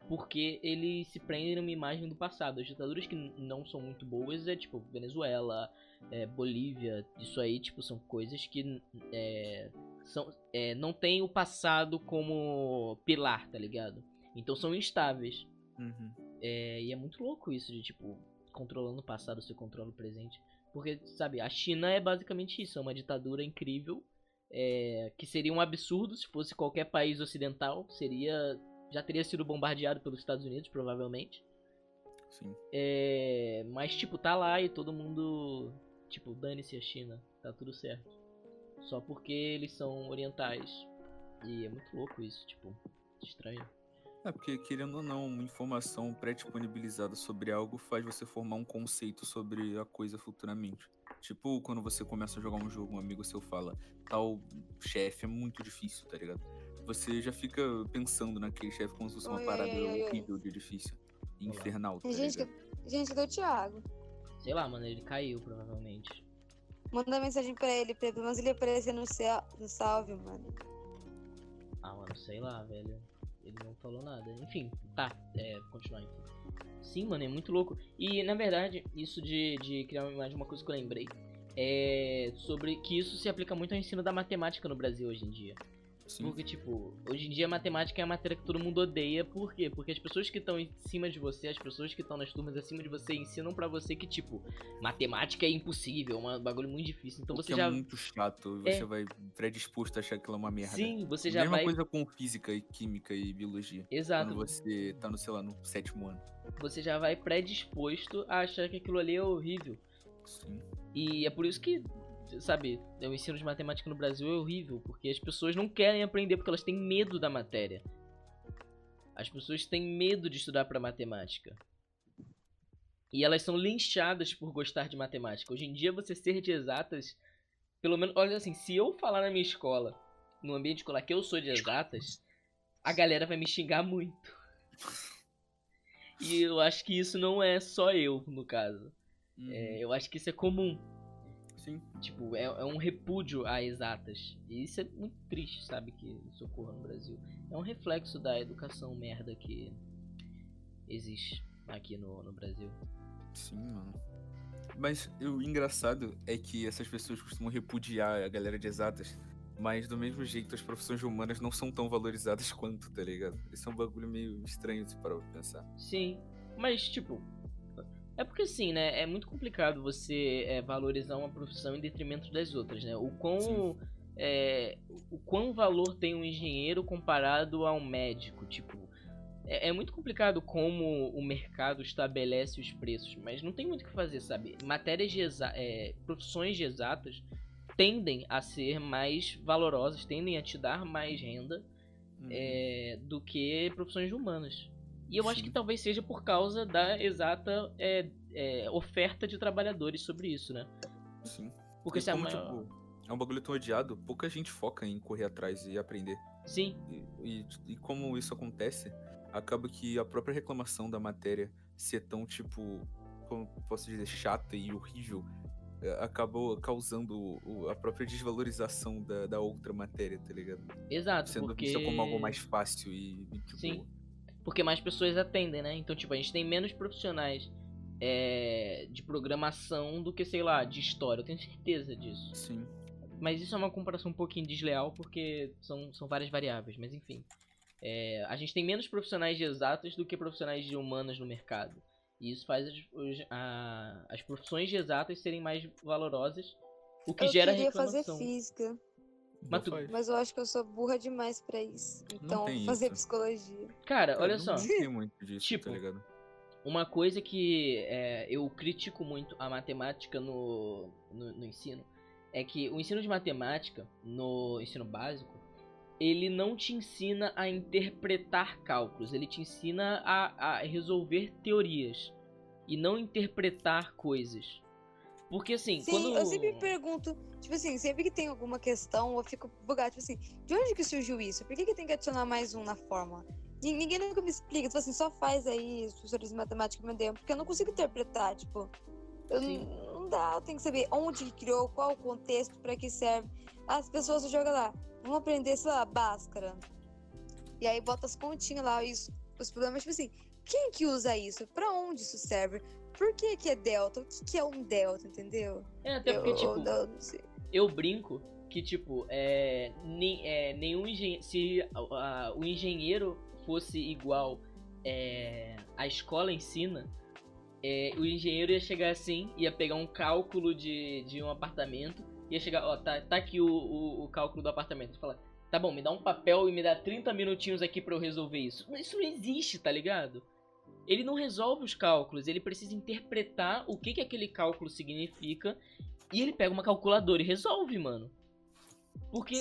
Speaker 2: porque eles se prendem numa imagem do passado. As ditaduras que n- não são muito boas é, tipo, Venezuela, é, Bolívia, isso aí, tipo, são coisas que n- é, são, é, não tem o passado como pilar, tá ligado? Então são instáveis.
Speaker 4: Uhum.
Speaker 2: É, e é muito louco isso de, tipo, controlando o passado, você controla o presente. Porque, sabe, a China é basicamente isso, é uma ditadura incrível. é, que seria um absurdo se fosse qualquer país ocidental. Seria. Já teria sido bombardeado pelos Estados Unidos, provavelmente.
Speaker 4: Sim.
Speaker 2: É, mas, tipo, tá lá e todo mundo. Tipo, dane-se a China, tá tudo certo. Só porque eles são orientais. E é muito louco isso, tipo, estranho.
Speaker 4: É porque, querendo ou não, informação pré-disponibilizada sobre algo faz você formar um conceito sobre a coisa futuramente. Tipo, quando você começa a jogar um jogo, um amigo seu fala, tal chefe é muito difícil, tá ligado? Você já fica pensando naquele chefe como se fosse uma
Speaker 1: Oi,
Speaker 4: parada
Speaker 1: oi, oi, oi.
Speaker 4: horrível de difícil. Infernal, tá
Speaker 1: Gente,
Speaker 4: ligado?
Speaker 1: que... gente, cadê o Thiago?
Speaker 2: Sei lá, mano, ele caiu provavelmente.
Speaker 1: Manda mensagem pra ele, pra- pelo menos ele aparecer no, céu, no salve, mano.
Speaker 2: Ah, mano, sei lá, velho. Ele não falou nada. Enfim, tá. É, continuar então. Sim, mano, é muito louco. E, na verdade, isso de, de criar uma imagem, uma coisa que eu lembrei. É sobre que isso se aplica muito ao ensino da matemática no Brasil hoje em dia.
Speaker 4: Sim.
Speaker 2: Porque, tipo, hoje em dia a matemática é a matéria que todo mundo odeia. Por quê? Porque as pessoas que estão em cima de você, as pessoas que estão nas turmas acima de você, ensinam pra você que, tipo, matemática é impossível, é um bagulho muito difícil. Então
Speaker 4: O
Speaker 2: você
Speaker 4: que
Speaker 2: já.
Speaker 4: é muito chato, e
Speaker 2: É.
Speaker 4: você vai predisposto a achar aquilo uma merda.
Speaker 2: Sim, você já
Speaker 4: Mesma
Speaker 2: vai.
Speaker 4: coisa com física e química e biologia.
Speaker 2: Exato.
Speaker 4: Quando você tá no, sei lá, no sétimo ano.
Speaker 2: Você já vai predisposto a achar que aquilo ali é horrível.
Speaker 4: Sim.
Speaker 2: E é por isso que, sabe, é o ensino de matemática no Brasil é horrível, porque as pessoas não querem aprender porque elas têm medo da matéria. As pessoas têm medo de estudar pra matemática. E elas são linchadas por gostar de matemática. Hoje em dia, você ser de exatas, pelo menos, olha assim, se eu falar na minha escola, no ambiente escolar que eu sou de exatas, a galera vai me xingar muito. E eu acho que isso não é só eu, no caso. É, eu acho que isso é comum.
Speaker 4: Sim.
Speaker 2: Tipo, é, é um repúdio a exatas. E isso é muito triste, sabe? Que isso ocorra no Brasil. É um reflexo da educação merda que existe aqui no, no Brasil.
Speaker 4: Sim, mano. Mas o engraçado é que essas pessoas costumam repudiar a galera de exatas, mas do mesmo jeito as profissões humanas não são tão valorizadas quanto, tá ligado? Isso é um bagulho meio estranho se parar pra pensar.
Speaker 2: Sim, mas tipo. É porque assim, né? É muito complicado você é, valorizar uma profissão em detrimento das outras, né? O quão.
Speaker 4: Sim.
Speaker 2: é, o quão valor tem um engenheiro comparado a um médico, tipo. É, é muito complicado como o mercado estabelece os preços, mas não tem muito o que fazer, sabe? Matérias de exa é, profissões de exatas tendem a ser mais valorosas, tendem a te dar mais renda
Speaker 4: Uhum.
Speaker 2: é, do que profissões humanas. E eu acho
Speaker 4: Sim.
Speaker 2: que talvez seja por causa da exata é, é, oferta de trabalhadores sobre isso, né?
Speaker 4: Sim.
Speaker 2: Porque
Speaker 4: E
Speaker 2: se a
Speaker 4: como,
Speaker 2: maior...
Speaker 4: tipo, é um bagulho tão odiado, pouca gente foca em correr atrás e aprender.
Speaker 2: Sim,
Speaker 4: E, e- e como isso acontece, acaba que a própria reclamação da matéria ser tão, tipo, como eu posso dizer, chata e horrível, eh, acabou causando o- a própria desvalorização da, da outra matéria, tá ligado?
Speaker 2: exato.
Speaker 4: Sendo
Speaker 2: É porque...
Speaker 4: vista como algo mais fácil e, e, tipo,
Speaker 2: Sim. porque mais pessoas atendem, né? Então, tipo, a gente tem menos profissionais é, de programação do que, sei lá, de história. Eu tenho certeza disso.
Speaker 4: sim.
Speaker 2: Mas isso é uma comparação um pouquinho desleal, porque são, são várias variáveis, mas enfim. É, a gente tem menos profissionais de exatas do que profissionais de humanas no mercado. E isso faz as, os- a- as profissões de exatas serem mais valorosas, o que
Speaker 1: eu
Speaker 2: gera
Speaker 1: queria fazer
Speaker 2: reclamação.
Speaker 1: física,
Speaker 2: Mas tu-
Speaker 4: faz.
Speaker 1: mas eu acho que eu sou burra demais pra isso. Então,
Speaker 4: tem
Speaker 1: fazer
Speaker 4: isso.
Speaker 1: psicologia.
Speaker 2: Cara,
Speaker 4: É,
Speaker 2: olha
Speaker 4: não-
Speaker 2: só.
Speaker 4: Não tem muito disso,
Speaker 2: Tipo,
Speaker 4: tá ligado?
Speaker 2: Uma coisa que é, eu critico muito a matemática no, no, no ensino é que o ensino de matemática, no ensino básico, ele não te ensina a interpretar cálculos, ele te ensina a, a resolver teorias e não interpretar coisas. Porque assim,
Speaker 1: Sim,
Speaker 2: quando.
Speaker 1: eu sempre me pergunto, tipo assim, sempre que tem alguma questão, eu fico bugada, tipo assim, de onde que surgiu isso? Por que, que tem que adicionar mais um na fórmula? Ni- Ninguém nunca me explica, tipo assim, só faz aí, os professores de matemática me deu, porque eu não consigo interpretar, tipo, eu
Speaker 2: Sim.
Speaker 1: não não dá, eu tenho que saber onde que criou, qual o contexto, pra que serve. As pessoas jogam lá, vão aprender, sei lá, Bhaskara. E aí bota as continhas lá, isso, os problemas, tipo assim, quem que usa isso? Pra onde isso serve? Por que que é delta? O que que é um delta, entendeu?
Speaker 2: É, até porque,
Speaker 1: Eu-
Speaker 2: tipo,
Speaker 1: eu não sei.
Speaker 2: eu brinco que, tipo, é, nem, é, nenhum engenheiro. Se a- a- o engenheiro fosse igual é, a escola ensina, é, o engenheiro ia chegar assim, ia pegar um cálculo de, de um apartamento, ia chegar, ó, tá, tá aqui o, o, o cálculo do apartamento. Fala, tá bom, me dá um papel e me dá 30 minutinhos aqui pra eu resolver isso. Isso não existe, tá ligado? Ele não resolve os cálculos, ele precisa interpretar o que, que aquele cálculo significa e ele pega uma calculadora e resolve, mano. Porque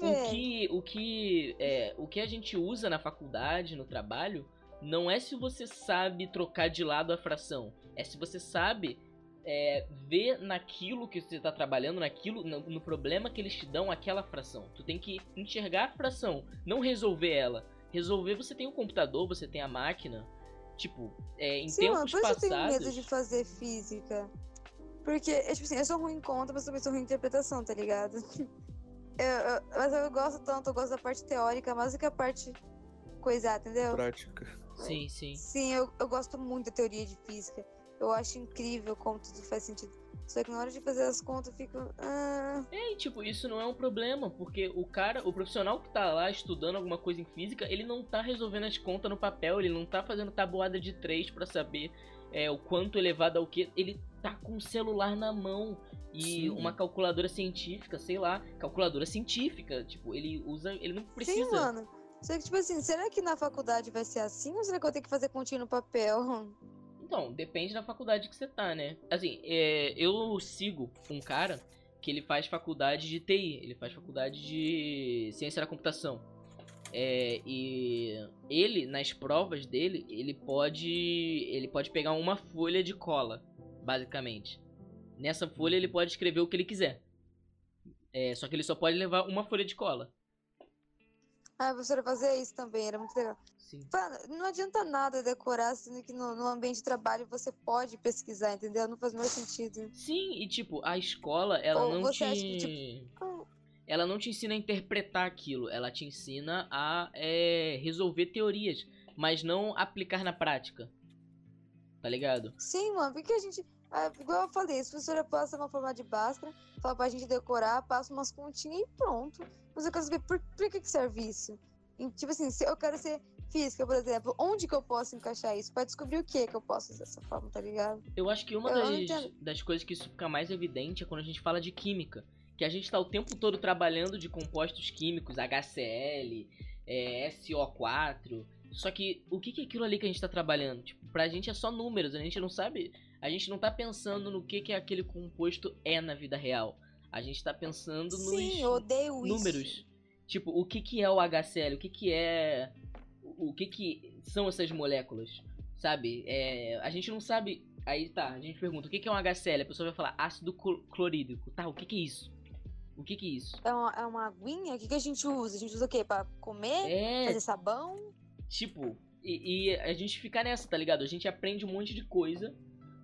Speaker 2: o
Speaker 1: véi.
Speaker 2: que, o, que, é, o que a gente usa na faculdade, no trabalho, não é se você sabe trocar de lado a fração. É se você sabe é, ver naquilo que você está trabalhando, naquilo no, no problema que eles te dão aquela fração. Tu tem que enxergar a fração, não resolver ela. Resolver, você tem o computador, você tem a máquina. Tipo, é, em
Speaker 1: Sim, mano,
Speaker 2: tempos
Speaker 1: por isso eu tenho
Speaker 2: passados.
Speaker 1: medo de fazer física. Porque, é, tipo assim, eu sou ruim em conta, mas eu também sou ruim em interpretação, tá ligado? Eu- eu- mas eu gosto tanto, eu gosto da parte teórica, mais do que a parte coisar, entendeu?
Speaker 4: Prática.
Speaker 2: Sim, sim.
Speaker 1: Sim, eu, eu gosto muito da teoria de física. Eu acho incrível como tudo faz sentido. Só que na hora de fazer as contas, eu fico. "Ah,
Speaker 2: E, tipo, isso não é um problema, porque o cara, o profissional que tá lá estudando alguma coisa em física, ele não tá resolvendo as contas no papel, ele não tá fazendo tabuada de três pra saber é, o quanto elevado ao que. Ele tá com o celular na mão e
Speaker 4: Sim.
Speaker 2: uma calculadora científica, sei lá, calculadora científica, tipo, ele usa, ele não precisa.
Speaker 1: Sim, mano. Só que, tipo assim, será que na faculdade vai ser assim ou será que eu tenho que fazer continha no papel?
Speaker 2: Então, depende da faculdade que você tá, né? Assim, é, eu sigo um cara que ele faz faculdade de TI, ele faz faculdade de ciência da computação. É, e ele, nas provas dele, ele pode. ele pode pegar uma folha de cola, basicamente. Nessa folha ele pode escrever o que ele quiser. É, só que ele só pode levar uma folha de cola.
Speaker 1: Ah, a professora fazia isso também, era muito legal.
Speaker 2: Sim.
Speaker 1: Mano, não adianta nada decorar, sendo que no, no ambiente de trabalho você pode pesquisar, entendeu? Não faz o menor sentido.
Speaker 2: Sim, e tipo, a escola, ela
Speaker 1: Ou
Speaker 2: não
Speaker 1: você
Speaker 2: te.
Speaker 1: acha que, ah.
Speaker 2: Ela não te ensina a interpretar aquilo, ela te ensina a é, resolver teorias, mas não aplicar na prática. Tá ligado?
Speaker 1: Sim, mano, porque a gente. ah, igual eu falei, a professora passa uma forma de Bhaskara, fala pra gente decorar, passa umas continhas e pronto. Mas eu quero saber por, por que, que serve isso. E, tipo assim, se eu quero ser física, por exemplo, onde que eu posso encaixar isso? Pra descobrir o que que eu posso usar dessa forma, tá ligado?
Speaker 2: Eu acho que uma
Speaker 1: Eu não
Speaker 2: das,
Speaker 1: entendo.
Speaker 2: das coisas que isso fica mais evidente é quando a gente fala de química. Que a gente tá o tempo todo trabalhando de compostos químicos, HCl, é, SO4. Só que o que, que é aquilo ali que a gente tá trabalhando? Tipo, pra gente é só números, a gente não sabe. A gente não tá pensando no que, que aquele composto é na vida real. A gente tá pensando nos
Speaker 1: Sim, eu odeio isso.
Speaker 2: números. Tipo, o que que é o HCl? O que que é... O que que são essas moléculas? Sabe? É, a gente não sabe... Aí tá, a gente pergunta, o que que é um HCl? A pessoa vai falar ácido clo- clorídrico. Tá, o que que é isso? O que que é isso?
Speaker 1: É uma, é uma aguinha? O que, que a gente usa? A gente usa o quê? Pra comer?
Speaker 2: É,
Speaker 1: Fazer sabão?
Speaker 2: tipo... E, e a gente fica nessa, tá ligado? A gente aprende um monte de coisa,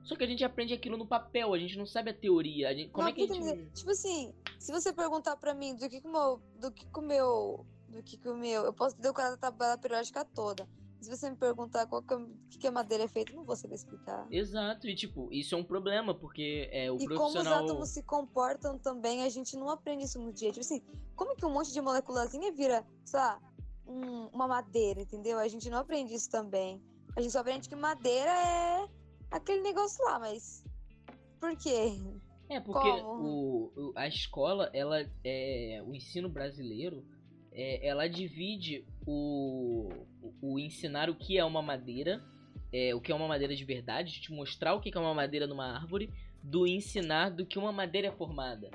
Speaker 2: só que a gente aprende aquilo no papel, a gente não sabe a teoria. a gente- como
Speaker 1: Não,
Speaker 2: é que a
Speaker 1: porque,
Speaker 2: gente...
Speaker 1: Tipo assim, se você perguntar pra mim do que que o meu. Do que que o meu. Do que que o meu. Eu posso decorar a tabela periódica toda. Se você me perguntar qual que, é- o que que a madeira é feita, eu não vou saber explicar.
Speaker 2: Exato, e tipo, isso é um problema, porque é, o
Speaker 1: e como os
Speaker 2: profissional...
Speaker 1: átomos se comportam também, a gente não aprende isso no dia. Tipo assim, como que um monte de moleculazinha vira, sei lá, um- uma madeira, entendeu? A gente não aprende isso também. A gente só aprende que madeira é aquele negócio lá, mas. Por quê?
Speaker 2: É, porque
Speaker 1: Como?
Speaker 2: o, o- a escola, ela é, o ensino brasileiro, é, ela divide o, o, o ensinar o que é uma madeira, é, o que é uma madeira de verdade, te mostrar o que que é uma madeira numa árvore, do ensinar do que uma madeira é formada.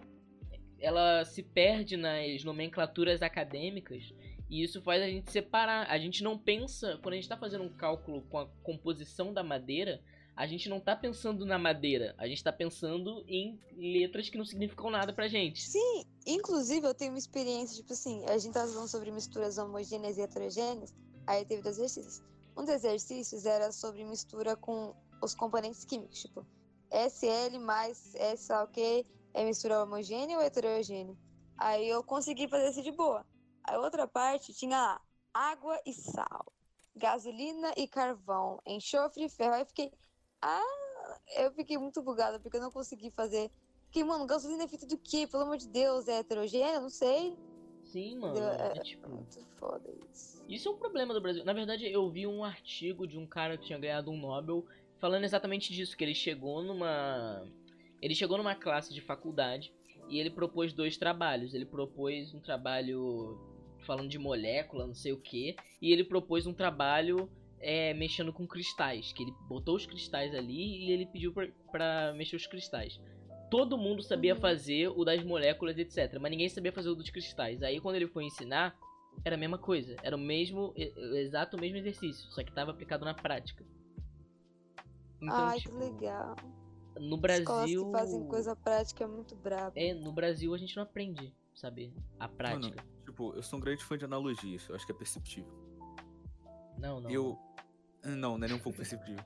Speaker 2: Ela se perde nas nomenclaturas acadêmicas e isso faz a gente separar. A gente não pensa, quando a gente está fazendo um cálculo com a composição da madeira, a gente não tá pensando na madeira, a gente tá pensando em letras que não significam nada pra gente.
Speaker 1: Sim, inclusive eu tenho uma experiência, tipo assim, a gente tava falando sobre misturas homogêneas e heterogêneas, aí teve dois exercícios. Um dos exercícios era sobre mistura com os componentes químicos, tipo, SL mais S, sei lá o quê, é mistura homogênea ou heterogênea? Aí eu consegui fazer isso de boa. A outra parte tinha lá, água e sal, gasolina e carvão, enxofre e ferro. Aí eu fiquei, ah, eu fiquei muito bugada, porque eu não consegui fazer porque, mano, gasolina é feita do quê? Pelo amor de Deus, é heterogênea? Não sei.
Speaker 2: Sim, mano.
Speaker 1: É,
Speaker 2: É, tipo,
Speaker 1: Muito foda isso.
Speaker 2: isso é um problema do Brasil. Na verdade, eu vi um artigo de um cara que tinha ganhado um Nobel falando exatamente disso, que ele chegou numa ele chegou numa classe de faculdade e ele propôs dois trabalhos. Ele propôs um trabalho falando de molécula, não sei o que, e ele propôs um trabalho é, mexendo com cristais. Que ele botou os cristais ali e ele pediu pra, pra mexer os cristais. Todo mundo sabia
Speaker 1: Uhum.
Speaker 2: fazer o das moléculas, etc. Mas ninguém sabia fazer o dos cristais. Aí quando ele foi ensinar, era a mesma coisa. Era o mesmo, e- o exato mesmo exercício. Só que tava aplicado na prática. Então,
Speaker 1: Ai,
Speaker 2: tipo,
Speaker 1: que legal.
Speaker 2: no
Speaker 1: Escolas
Speaker 2: Brasil.
Speaker 1: que fazem coisa prática é muito brabo.
Speaker 2: É, no Brasil a gente não aprende, sabe? A prática.
Speaker 4: Tipo, eu sou um grande fã de analogias, eu acho que é perceptível.
Speaker 2: Não, não.
Speaker 4: Eu. Não, não é nem um pouco perceptível.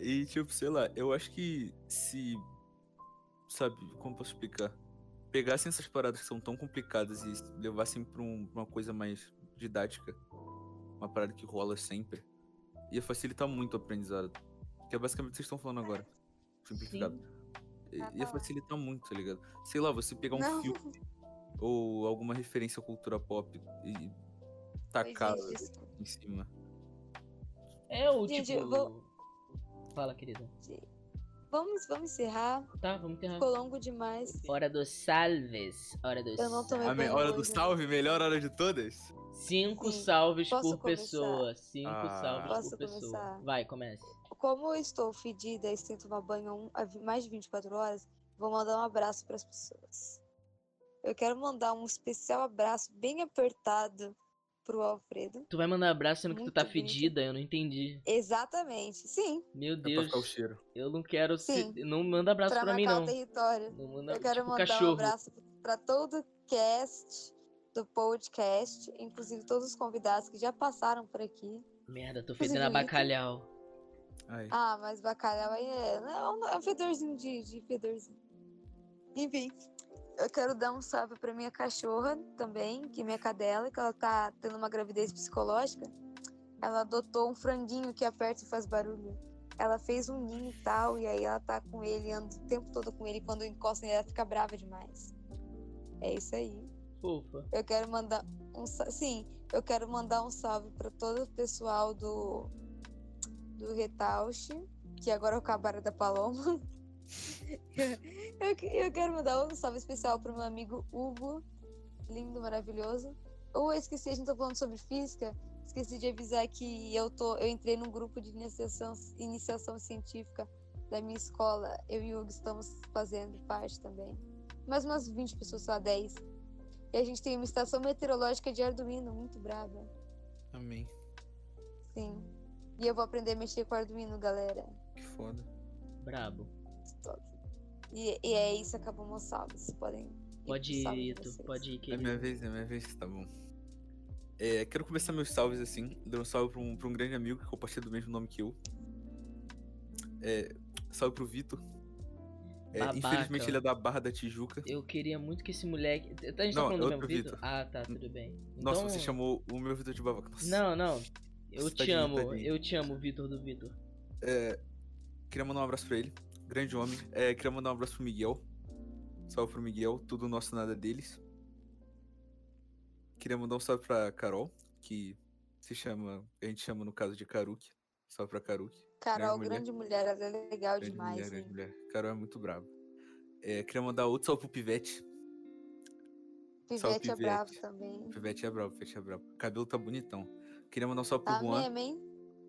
Speaker 4: e, tipo, sei lá, eu acho que se. Sabe, como posso explicar? Pegassem essas paradas que são tão complicadas e levassem pra um- uma coisa mais didática, uma parada que rola sempre, ia facilitar muito o aprendizado. Que é basicamente o que vocês estão falando agora. Simplificado. I- Ia
Speaker 1: Ah.
Speaker 4: facilitar muito, tá ligado? Sei lá, você pegar um
Speaker 1: Não.
Speaker 4: filme ou alguma referência à cultura pop e tacar
Speaker 1: Pois é, desculpa.
Speaker 4: em cima.
Speaker 2: É o
Speaker 1: Gente,
Speaker 2: tipo.
Speaker 1: eu vou-
Speaker 2: Fala, querida.
Speaker 1: Vamos, vamos encerrar.
Speaker 2: Tá, vamos enterrar.
Speaker 1: Ficou longo demais.
Speaker 2: Hora dos salves. Hora dos
Speaker 1: Eu não tomei
Speaker 4: A me-
Speaker 1: banho
Speaker 4: hora do
Speaker 1: hoje.
Speaker 4: salve, melhor hora de todas?
Speaker 2: Cinco
Speaker 1: Sim.
Speaker 2: salves
Speaker 1: Posso
Speaker 2: por pessoa. Cinco
Speaker 4: Ah.
Speaker 2: salves
Speaker 1: Posso
Speaker 2: por pessoa.
Speaker 1: começar?
Speaker 2: Vai, comece.
Speaker 1: Como eu estou fedida e sinto tomar banho há um- há vi- mais de 24 horas, vou mandar um abraço para as pessoas. Eu quero mandar um especial abraço bem apertado pro Alfredo.
Speaker 2: Tu vai mandar abraço sendo que tu
Speaker 1: Muito
Speaker 2: tá
Speaker 1: bem,
Speaker 2: fedida, eu não entendi.
Speaker 1: Exatamente. Sim,
Speaker 2: Meu
Speaker 4: É pra
Speaker 2: Deus,
Speaker 4: ficar o cheiro.
Speaker 2: eu não quero ser.
Speaker 1: Sim.
Speaker 2: Não manda abraço pra,
Speaker 1: para
Speaker 2: mim,
Speaker 1: marcar
Speaker 2: não.
Speaker 1: o território.
Speaker 2: Não manda
Speaker 1: Eu quero
Speaker 2: tipo
Speaker 1: mandar um
Speaker 2: cachorro.
Speaker 1: abraço para todo o cast do podcast, inclusive todos os convidados que já passaram por aqui.
Speaker 2: Merda, tô fedendo a
Speaker 1: Inclusive,
Speaker 2: bacalhau.
Speaker 4: Ai.
Speaker 1: Ah, mas bacalhau aí é, é um, é um fedorzinho de, de fedorzinho. Enfim, eu quero dar um salve pra minha cachorra também, que é minha cadela, que ela tá tendo uma gravidez psicológica. Ela adotou um franguinho que aperta e faz barulho. Ela fez um ninho e tal, e aí ela tá com ele, anda o tempo todo com ele. e Quando encosta nele, ela fica brava demais. É isso aí.
Speaker 2: Fofa.
Speaker 1: Eu quero mandar um sa- sim, eu quero mandar um salve para todo o pessoal do do Retausch, que agora é o Cabara da Paloma. eu, que- eu quero mandar um salve especial para meu amigo Hugo, lindo, maravilhoso. Ou eu esqueci, a gente tá falando sobre física, esqueci de avisar que eu tô, eu entrei num grupo de iniciação iniciação científica da minha escola. Eu e o Hugo estamos fazendo parte também. Mais umas 20 pessoas, só 10. E a gente tem uma estação meteorológica de Arduino, muito brava.
Speaker 4: Amém.
Speaker 1: Sim. E eu vou aprender a mexer com Arduino, galera.
Speaker 4: Que foda. É
Speaker 2: Brabo.
Speaker 1: Stop. E, e é isso, acabou meus salve. Vocês podem. pro
Speaker 2: Pode ir,
Speaker 1: salve de
Speaker 2: Ito.
Speaker 1: vocês.
Speaker 2: Pode ir,
Speaker 4: É minha
Speaker 2: querido.
Speaker 4: vez, é minha vez, tá bom. É, quero começar meus salves assim, dando um salve pra um, pra um grande amigo que compartilha do mesmo nome que eu. É, salve pro Vitor. É,
Speaker 2: Babaca.
Speaker 4: infelizmente ele é da Barra da Tijuca.
Speaker 2: Eu queria muito que esse moleque. A gente tá
Speaker 4: Não,
Speaker 2: falando
Speaker 4: é
Speaker 2: do
Speaker 4: outro
Speaker 2: mesmo Vitor?
Speaker 4: Vitor.
Speaker 2: Ah, tá, tudo bem.
Speaker 4: Nossa,
Speaker 2: então...
Speaker 4: você chamou o meu Vitor de babaca. Nossa.
Speaker 2: Não, não. Eu
Speaker 4: Você tá
Speaker 2: te amo,
Speaker 4: desverdinho.
Speaker 2: eu te amo, Vitor do Vitor.
Speaker 4: É, queria mandar um abraço pra ele. Grande homem. É, queria mandar um abraço pro Miguel. Salve pro Miguel. Tudo nosso, nada deles. Queria mandar um salve pra Carol, que se chama. A gente chama no caso de Karuki. Salve pra Karuki.
Speaker 1: Carol,
Speaker 4: Grande
Speaker 1: grande mulher, ela é legal
Speaker 4: Grande
Speaker 1: demais. né?
Speaker 4: mulher, grande
Speaker 1: hein?
Speaker 4: mulher. Carol é muito brava. É, queria mandar outro salve pro Pivete. Salve,
Speaker 1: Pivete é
Speaker 4: Pivete.
Speaker 1: bravo também.
Speaker 4: Pivete é bravo, Pivete é bravo. O cabelo tá bonitão. Queria mandar um salve pro
Speaker 1: Tá
Speaker 4: Juan.
Speaker 1: mesmo, hein?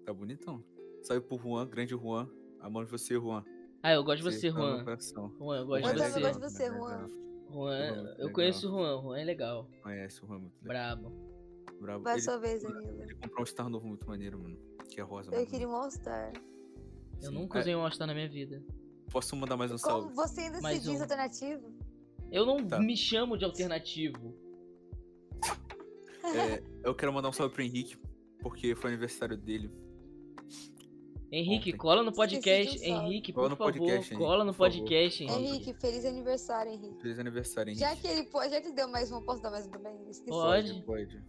Speaker 4: Tá bonitão. Salve pro Juan, grande Juan. Amamos você, Juan.
Speaker 2: Ah, eu gosto de você,
Speaker 4: tá no meu
Speaker 2: Juan.
Speaker 4: coração.
Speaker 2: Juan, eu gosto
Speaker 1: Mas
Speaker 2: de
Speaker 1: eu
Speaker 2: você.
Speaker 1: também gosto de você, Juan.
Speaker 4: Juan é
Speaker 2: Juan,
Speaker 4: muito
Speaker 2: eu
Speaker 4: legal.
Speaker 2: conheço o Juan, Juan é legal.
Speaker 4: Conhece o Juan, muito legal.
Speaker 2: Brabo.
Speaker 4: Bravo.
Speaker 1: Vai
Speaker 4: ele,
Speaker 1: sua vez,
Speaker 4: ele-
Speaker 1: Danilo.
Speaker 4: ele comprou um Star novo muito maneiro, mano. Que é rosa.
Speaker 1: Eu
Speaker 4: mano.
Speaker 1: queria um All-Star.
Speaker 2: Eu
Speaker 4: Sim.
Speaker 2: nunca
Speaker 4: É,
Speaker 2: usei um All-Star na minha vida.
Speaker 4: Posso mandar mais um
Speaker 1: Como
Speaker 4: salve?
Speaker 1: você ainda
Speaker 2: Mais
Speaker 1: se diz
Speaker 2: um.
Speaker 1: alternativo?
Speaker 2: Eu não
Speaker 4: Tá.
Speaker 2: me chamo de alternativo.
Speaker 4: É, eu quero mandar um salve pro Henrique, porque foi aniversário dele.
Speaker 2: Henrique,
Speaker 4: Ontem.
Speaker 2: cola no
Speaker 1: Esqueci de um
Speaker 2: podcast.
Speaker 1: salve.
Speaker 2: Henrique,
Speaker 4: Cola
Speaker 2: por
Speaker 4: no
Speaker 2: favor.
Speaker 4: podcast, Henrique,
Speaker 2: cola no
Speaker 4: por favor.
Speaker 2: podcast, Henrique.
Speaker 1: Henrique, feliz aniversário, Henrique.
Speaker 4: Feliz aniversário, Henrique.
Speaker 1: Já que ele pô- já que ele deu mais uma, posso dar mais um também? Esqueci.
Speaker 2: Pode.
Speaker 4: Pode.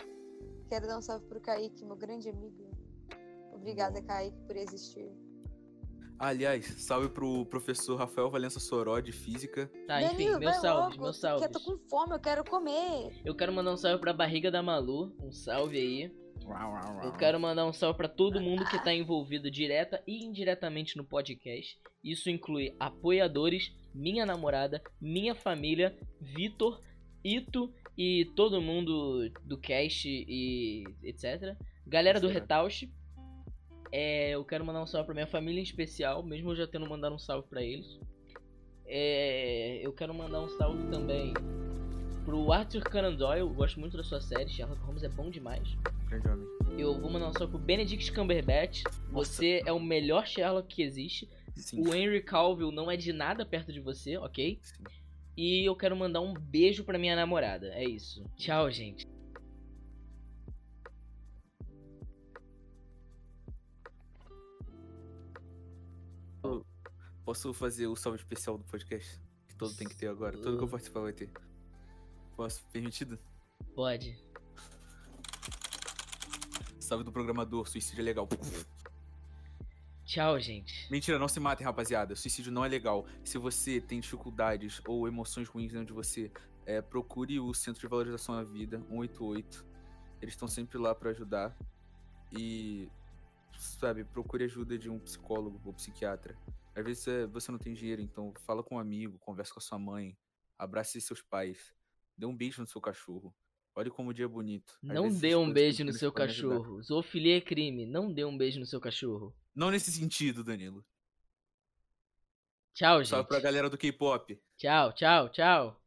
Speaker 1: Quero dar um salve pro Kaique, meu grande amigo. Obrigada, Kaique, por existir.
Speaker 4: Aliás, salve pro professor Rafael Valença Soró, de Física.
Speaker 2: Tá, enfim, meus salves, meus
Speaker 1: porque
Speaker 2: salves.
Speaker 1: Eu tô com fome, eu quero comer.
Speaker 2: Eu quero mandar um salve pra barriga da Malu. Um salve aí. Eu quero mandar um salve pra todo mundo que tá envolvido direta e indiretamente no podcast. Isso inclui apoiadores, minha namorada, minha família, Vitor, Ito e todo mundo do cast e etc. Galera do
Speaker 4: Será?
Speaker 2: Retausch. É, eu quero mandar um salve pra minha família em especial, mesmo eu já tendo mandado um salve pra eles. É, eu quero mandar um salve também pro Arthur Conan Doyle, eu gosto muito da sua série, Sherlock Holmes é bom demais.
Speaker 4: Grande homem.
Speaker 2: Eu vou mandar um salve pro Benedict Cumberbatch,
Speaker 4: Nossa.
Speaker 2: você é o melhor Sherlock que existe.
Speaker 4: Sim.
Speaker 2: O Henry Calvill não é de nada perto de você, ok? E eu quero mandar um beijo pra minha namorada. É isso. Tchau, gente.
Speaker 4: Posso fazer o salve especial do podcast? Que todo tem que ter agora. Todo que eu participar vai ter. Posso? Permitido?
Speaker 2: Pode.
Speaker 4: Salve do programador, suicídio é legal.
Speaker 2: Tchau, gente.
Speaker 4: Mentira, não se matem, rapaziada. Suicídio não é legal. Se você tem dificuldades ou emoções ruins dentro de você, é, procure o Centro de Valorização à Vida, 188. Eles estão sempre lá pra ajudar. E, sabe, procure ajuda de um psicólogo ou psiquiatra. Às vezes é, você não tem dinheiro, então fala com um amigo, conversa com a sua mãe, abrace seus pais, dê um beijo no seu cachorro. Olha como o dia é bonito. Às
Speaker 2: Não
Speaker 4: vezes
Speaker 2: dê
Speaker 4: essas
Speaker 2: um
Speaker 4: coisas
Speaker 2: beijo no
Speaker 4: pequenas
Speaker 2: seu
Speaker 4: podem ajudar.
Speaker 2: cachorro. Zoofilia é crime. Não dê um beijo no seu cachorro.
Speaker 4: Não nesse sentido, Danilo.
Speaker 2: Tchau,
Speaker 4: Salve pra
Speaker 2: gente.
Speaker 4: galera do K-pop.
Speaker 2: Tchau, tchau, tchau.